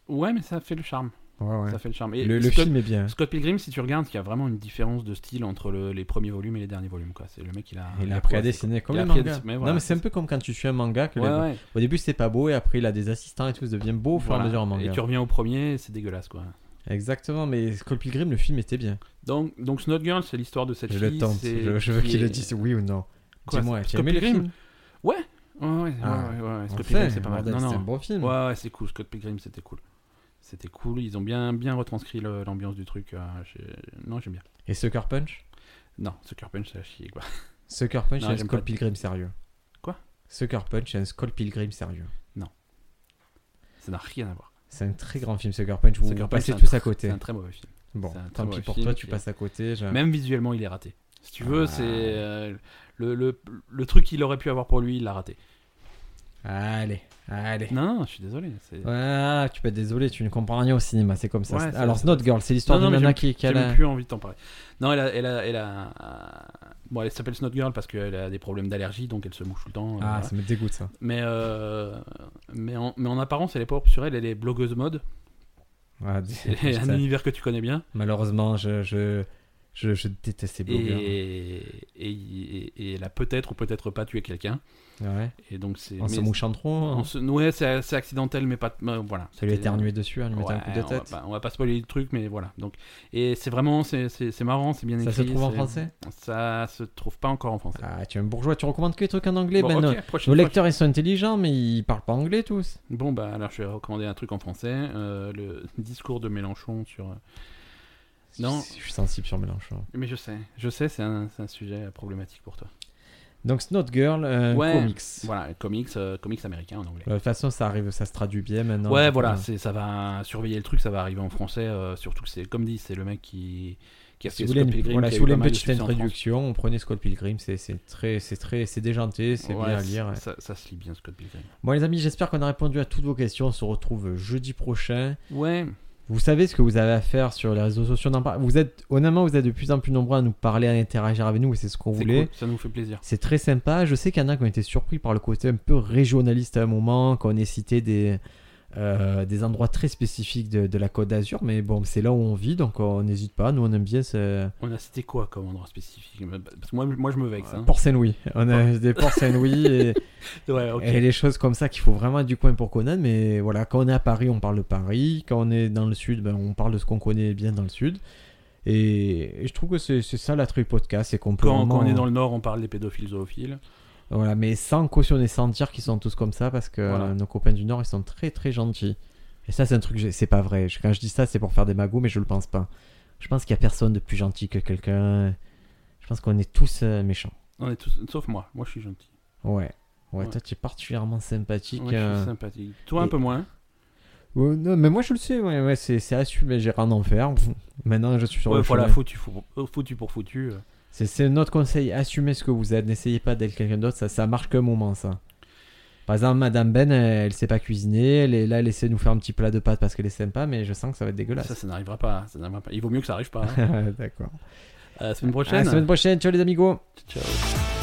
[SPEAKER 3] Ouais, mais ça fait le charme.
[SPEAKER 2] Ouais ouais.
[SPEAKER 3] Ça fait le charme. Et
[SPEAKER 2] Le, le
[SPEAKER 3] Scott,
[SPEAKER 2] film est bien.
[SPEAKER 3] Scott Pilgrim, si tu regardes, il y a vraiment une différence de style entre le- les premiers volumes et les derniers volumes. Quoi. C'est le mec, il a.
[SPEAKER 2] Il a
[SPEAKER 3] quoi,
[SPEAKER 2] appris à
[SPEAKER 3] c'est-
[SPEAKER 2] dessiner comme
[SPEAKER 3] il a
[SPEAKER 2] les
[SPEAKER 3] appris à
[SPEAKER 2] mangas.
[SPEAKER 3] dessiner, mais
[SPEAKER 2] non,
[SPEAKER 3] voilà,
[SPEAKER 2] mais c'est un peu comme quand tu suis un manga que
[SPEAKER 3] Ouais,
[SPEAKER 2] les-
[SPEAKER 3] ouais.
[SPEAKER 2] au début c'est pas beau et après il a des assistants et tout, ça devient beau au fur et à
[SPEAKER 3] Voilà.
[SPEAKER 2] mesure en manga.
[SPEAKER 3] Et tu reviens au premier, c'est dégueulasse quoi.
[SPEAKER 2] Exactement, mais Scott Pilgrim, le film était bien.
[SPEAKER 3] Donc, donc Snot Girl, c'est l'histoire de cette
[SPEAKER 2] Je
[SPEAKER 3] fille.
[SPEAKER 2] le tente,
[SPEAKER 3] c'est-
[SPEAKER 2] je, je veux
[SPEAKER 3] qui
[SPEAKER 2] qu'il
[SPEAKER 3] est-
[SPEAKER 2] le dise oui ou non.
[SPEAKER 3] Quoi,
[SPEAKER 2] Dis-moi, tu
[SPEAKER 3] Scott
[SPEAKER 2] aimé le
[SPEAKER 3] Pilgrim
[SPEAKER 2] film
[SPEAKER 3] Ouais, ouais,
[SPEAKER 2] Ah,
[SPEAKER 3] ouais, ouais, ouais. Scott
[SPEAKER 2] Enfin,
[SPEAKER 3] Pilgrim, c'est pas mal.
[SPEAKER 2] bordel,
[SPEAKER 3] Non,
[SPEAKER 2] C'est
[SPEAKER 3] non.
[SPEAKER 2] un bon film.
[SPEAKER 3] Ouais, ouais, c'est cool. Scott Pilgrim, c'était cool. C'était cool. Ils ont bien, bien retranscrit le- l'ambiance du truc. euh, j'ai- non, j'aime bien.
[SPEAKER 2] Et Sucker Punch
[SPEAKER 3] Non, Sucker Punch, c'est à chier, quoi.
[SPEAKER 2] Sucker Punch,
[SPEAKER 3] Non,
[SPEAKER 2] c'est un
[SPEAKER 3] j'aime
[SPEAKER 2] Scott
[SPEAKER 3] pas.
[SPEAKER 2] Pilgrim sérieux.
[SPEAKER 3] Quoi
[SPEAKER 2] Sucker Punch, c'est un Scott Pilgrim sérieux.
[SPEAKER 3] Ça n'a rien à voir.
[SPEAKER 2] C'est un très grand film, Sucker Punch. Vous,
[SPEAKER 3] Sucker
[SPEAKER 2] vous
[SPEAKER 3] Punch,
[SPEAKER 2] passez
[SPEAKER 3] c'est un
[SPEAKER 2] tous à
[SPEAKER 3] C'est
[SPEAKER 2] côté.
[SPEAKER 3] un très mauvais film.
[SPEAKER 2] Bon,
[SPEAKER 3] c'est un très
[SPEAKER 2] tant
[SPEAKER 3] mauvais
[SPEAKER 2] pis pour
[SPEAKER 3] film
[SPEAKER 2] toi,
[SPEAKER 3] qui
[SPEAKER 2] tu
[SPEAKER 3] est-
[SPEAKER 2] passes à côté. je-
[SPEAKER 3] Même visuellement, il est raté. Si tu veux,
[SPEAKER 2] Ah.
[SPEAKER 3] c'est. euh, le, le, le truc qu'il aurait pu avoir pour lui, il l'a raté.
[SPEAKER 2] Allez, allez.
[SPEAKER 3] Non, non, je suis désolé. c'est-
[SPEAKER 2] Ouais, tu peux être désolé, tu ne comprends rien au cinéma, c'est comme ça.
[SPEAKER 3] Ouais,
[SPEAKER 2] C'est-
[SPEAKER 3] c'est-
[SPEAKER 2] Alors,
[SPEAKER 3] c'est-
[SPEAKER 2] Snot Girl, c'est l'histoire
[SPEAKER 3] Non,
[SPEAKER 2] d'une
[SPEAKER 3] non, mais
[SPEAKER 2] nana
[SPEAKER 3] j'aime-
[SPEAKER 2] qui, qui a
[SPEAKER 3] J'ai
[SPEAKER 2] la-
[SPEAKER 3] même plus envie de t'en parler. Non, elle a, elle a, elle a- bon, elle s'appelle Snot Girl parce qu'elle a des problèmes d'allergie, donc elle se mouche tout le temps. euh,
[SPEAKER 2] Ah,
[SPEAKER 3] voilà.
[SPEAKER 2] ça me dégoûte ça.
[SPEAKER 3] mais, euh, mais, en, mais en apparence, elle est propre sur elle. Elle est blogueuse mode.
[SPEAKER 2] Ah,
[SPEAKER 3] C'est un
[SPEAKER 2] putain.
[SPEAKER 3] univers que tu connais bien.
[SPEAKER 2] Malheureusement, je, je, je, je déteste ces
[SPEAKER 3] Et,
[SPEAKER 2] blogueurs.
[SPEAKER 3] et, et- et elle a peut-être ou peut-être pas tué quelqu'un.
[SPEAKER 2] Ouais.
[SPEAKER 3] Et donc c'est.
[SPEAKER 2] En se
[SPEAKER 3] mais-
[SPEAKER 2] mouchant trop,
[SPEAKER 3] en
[SPEAKER 2] en
[SPEAKER 3] se- ouais, c'est c'est accidentel, mais pas. mais voilà. euh,
[SPEAKER 2] ça lui a éternué dessus, en lui mettant
[SPEAKER 3] Ouais,
[SPEAKER 2] un coup de
[SPEAKER 3] On va,
[SPEAKER 2] tête.
[SPEAKER 3] pas, on va pas spoiler le truc, mais voilà. Donc, et c'est vraiment, c'est- c'est c'est marrant, c'est bien
[SPEAKER 2] Ça
[SPEAKER 3] écrit.
[SPEAKER 2] se trouve en
[SPEAKER 3] c'est-
[SPEAKER 2] français
[SPEAKER 3] Ça se trouve pas encore en français.
[SPEAKER 2] Ah, tu es un bourgeois, tu recommandes que les trucs en anglais
[SPEAKER 3] Bon,
[SPEAKER 2] Ben,
[SPEAKER 3] ok,
[SPEAKER 2] nos-
[SPEAKER 3] prochaine
[SPEAKER 2] nos
[SPEAKER 3] fois,
[SPEAKER 2] lecteurs, ils sont intelligents, mais ils parlent pas anglais tous.
[SPEAKER 3] je- Bon, bah alors je vais recommander un truc en français, euh, le discours de Mélenchon sur. euh, Non.
[SPEAKER 2] Je, je suis sensible sur Mélenchon.
[SPEAKER 3] Mais je sais, je sais, c'est un, c'est un sujet problématique pour toi.
[SPEAKER 2] Donc, Snot Girl, euh,
[SPEAKER 3] Ouais.
[SPEAKER 2] comics.
[SPEAKER 3] Voilà, comics, euh, comics américains en anglais.
[SPEAKER 2] Euh, De toute façon, ça arrive, ça se traduit bien maintenant.
[SPEAKER 3] ouais,
[SPEAKER 2] Donc,
[SPEAKER 3] voilà,
[SPEAKER 2] euh,
[SPEAKER 3] c'est ça va surveiller le truc, ça va arriver en français. euh, surtout que c'est, comme dit, c'est le mec qui qui a
[SPEAKER 2] Si
[SPEAKER 3] fait
[SPEAKER 2] vous voulez
[SPEAKER 3] Scott
[SPEAKER 2] une,
[SPEAKER 3] Pilgrim,
[SPEAKER 2] voilà,
[SPEAKER 3] qui
[SPEAKER 2] si
[SPEAKER 3] a eu
[SPEAKER 2] vous voulez
[SPEAKER 3] pas
[SPEAKER 2] une
[SPEAKER 3] mal de
[SPEAKER 2] petite
[SPEAKER 3] succès en France.
[SPEAKER 2] introduction, on prenez Scott Pilgrim, c'est c'est très, c'est très, c'est déjanté, c'est
[SPEAKER 3] Ouais,
[SPEAKER 2] bien à lire.
[SPEAKER 3] Ça, ça se lit bien Scott Pilgrim.
[SPEAKER 2] Bon les amis, j'espère qu'on a répondu à toutes vos questions. On se retrouve jeudi prochain.
[SPEAKER 3] Ouais.
[SPEAKER 2] Vous savez ce que vous avez à faire sur les réseaux sociaux. d'en par- Vous êtes honnêtement, vous êtes de plus en plus nombreux à nous parler, à interagir avec nous, et c'est ce qu'on
[SPEAKER 3] C'est
[SPEAKER 2] voulait.
[SPEAKER 3] cool, ça nous fait plaisir.
[SPEAKER 2] C'est très sympa. Je sais qu'il y en a qui ont été surpris par le côté un peu régionaliste à un moment, qu'on ait cité des, euh, des endroits très spécifiques de, de la Côte d'Azur, mais bon, c'est là où on vit, donc on n'hésite pas. Nous, on aime bien ce
[SPEAKER 3] On a cité quoi comme endroit spécifique Bah, Parce que moi, moi je me vexe. Hein.
[SPEAKER 2] Port Saint-Louis. On a des Port Saint-Louis et,
[SPEAKER 3] Ouais, ok.
[SPEAKER 2] et les choses comme ça qu'il faut vraiment être du coin pour connaître. Mais voilà, quand on est à Paris, on parle de Paris. Quand on est dans le sud, ben, on parle de ce qu'on connaît bien dans le sud. Et, et je trouve que c'est c'est ça l'attrait podcast, c'est qu'on peut.
[SPEAKER 3] Quand,
[SPEAKER 2] vraiment-
[SPEAKER 3] quand on est dans le Nord, on parle des pédophiles zoophiles.
[SPEAKER 2] Voilà, mais sans cautionner, sans dire qu'ils sont tous comme ça, parce que
[SPEAKER 3] Voilà.
[SPEAKER 2] euh, nos copains du Nord, ils sont très très gentils. Et ça, c'est un truc, j'ai- c'est pas vrai. Je- Quand je dis ça, c'est pour faire des magots, mais je le pense pas. Je pense qu'il y a personne de plus gentil que quelqu'un. Je pense qu'on est tous euh, méchants.
[SPEAKER 3] On est tous, sauf moi. Moi, je suis gentil.
[SPEAKER 2] Ouais. Ouais,
[SPEAKER 3] Ouais.
[SPEAKER 2] toi, tu es particulièrement sympathique.
[SPEAKER 3] Moi, je
[SPEAKER 2] euh,
[SPEAKER 3] suis sympathique. Toi, un
[SPEAKER 2] et-
[SPEAKER 3] peu moins.
[SPEAKER 2] Ouais, non, mais moi je le sais, ouais, ouais, c'est c'est assumé, j'ai rien à en faire. Pff, Maintenant je suis sur
[SPEAKER 3] Ouais,
[SPEAKER 2] le
[SPEAKER 3] voilà,
[SPEAKER 2] chemin.
[SPEAKER 3] foutu, fou- euh, foutu pour foutu. euh.
[SPEAKER 2] C'est- C'est notre conseil, assumez ce que vous êtes, n'essayez pas d'être quelqu'un d'autre, ça, ça marche qu'un moment ça. Par exemple, Madame Ben, elle, elle sait pas cuisiner, elle est là, laissez nous faire un petit plat de pâtes parce qu'elle est sympa, mais je sens que ça va être
[SPEAKER 3] Ça,
[SPEAKER 2] dégueulasse.
[SPEAKER 3] ça n'arrivera pas. Ça n'arrivera pas. Il vaut mieux que ça arrive pas. hein.
[SPEAKER 2] D'accord.
[SPEAKER 3] À la semaine
[SPEAKER 2] À la
[SPEAKER 3] prochaine.
[SPEAKER 2] semaine prochaine, ciao les amigos
[SPEAKER 3] Ciao.
[SPEAKER 2] Ciao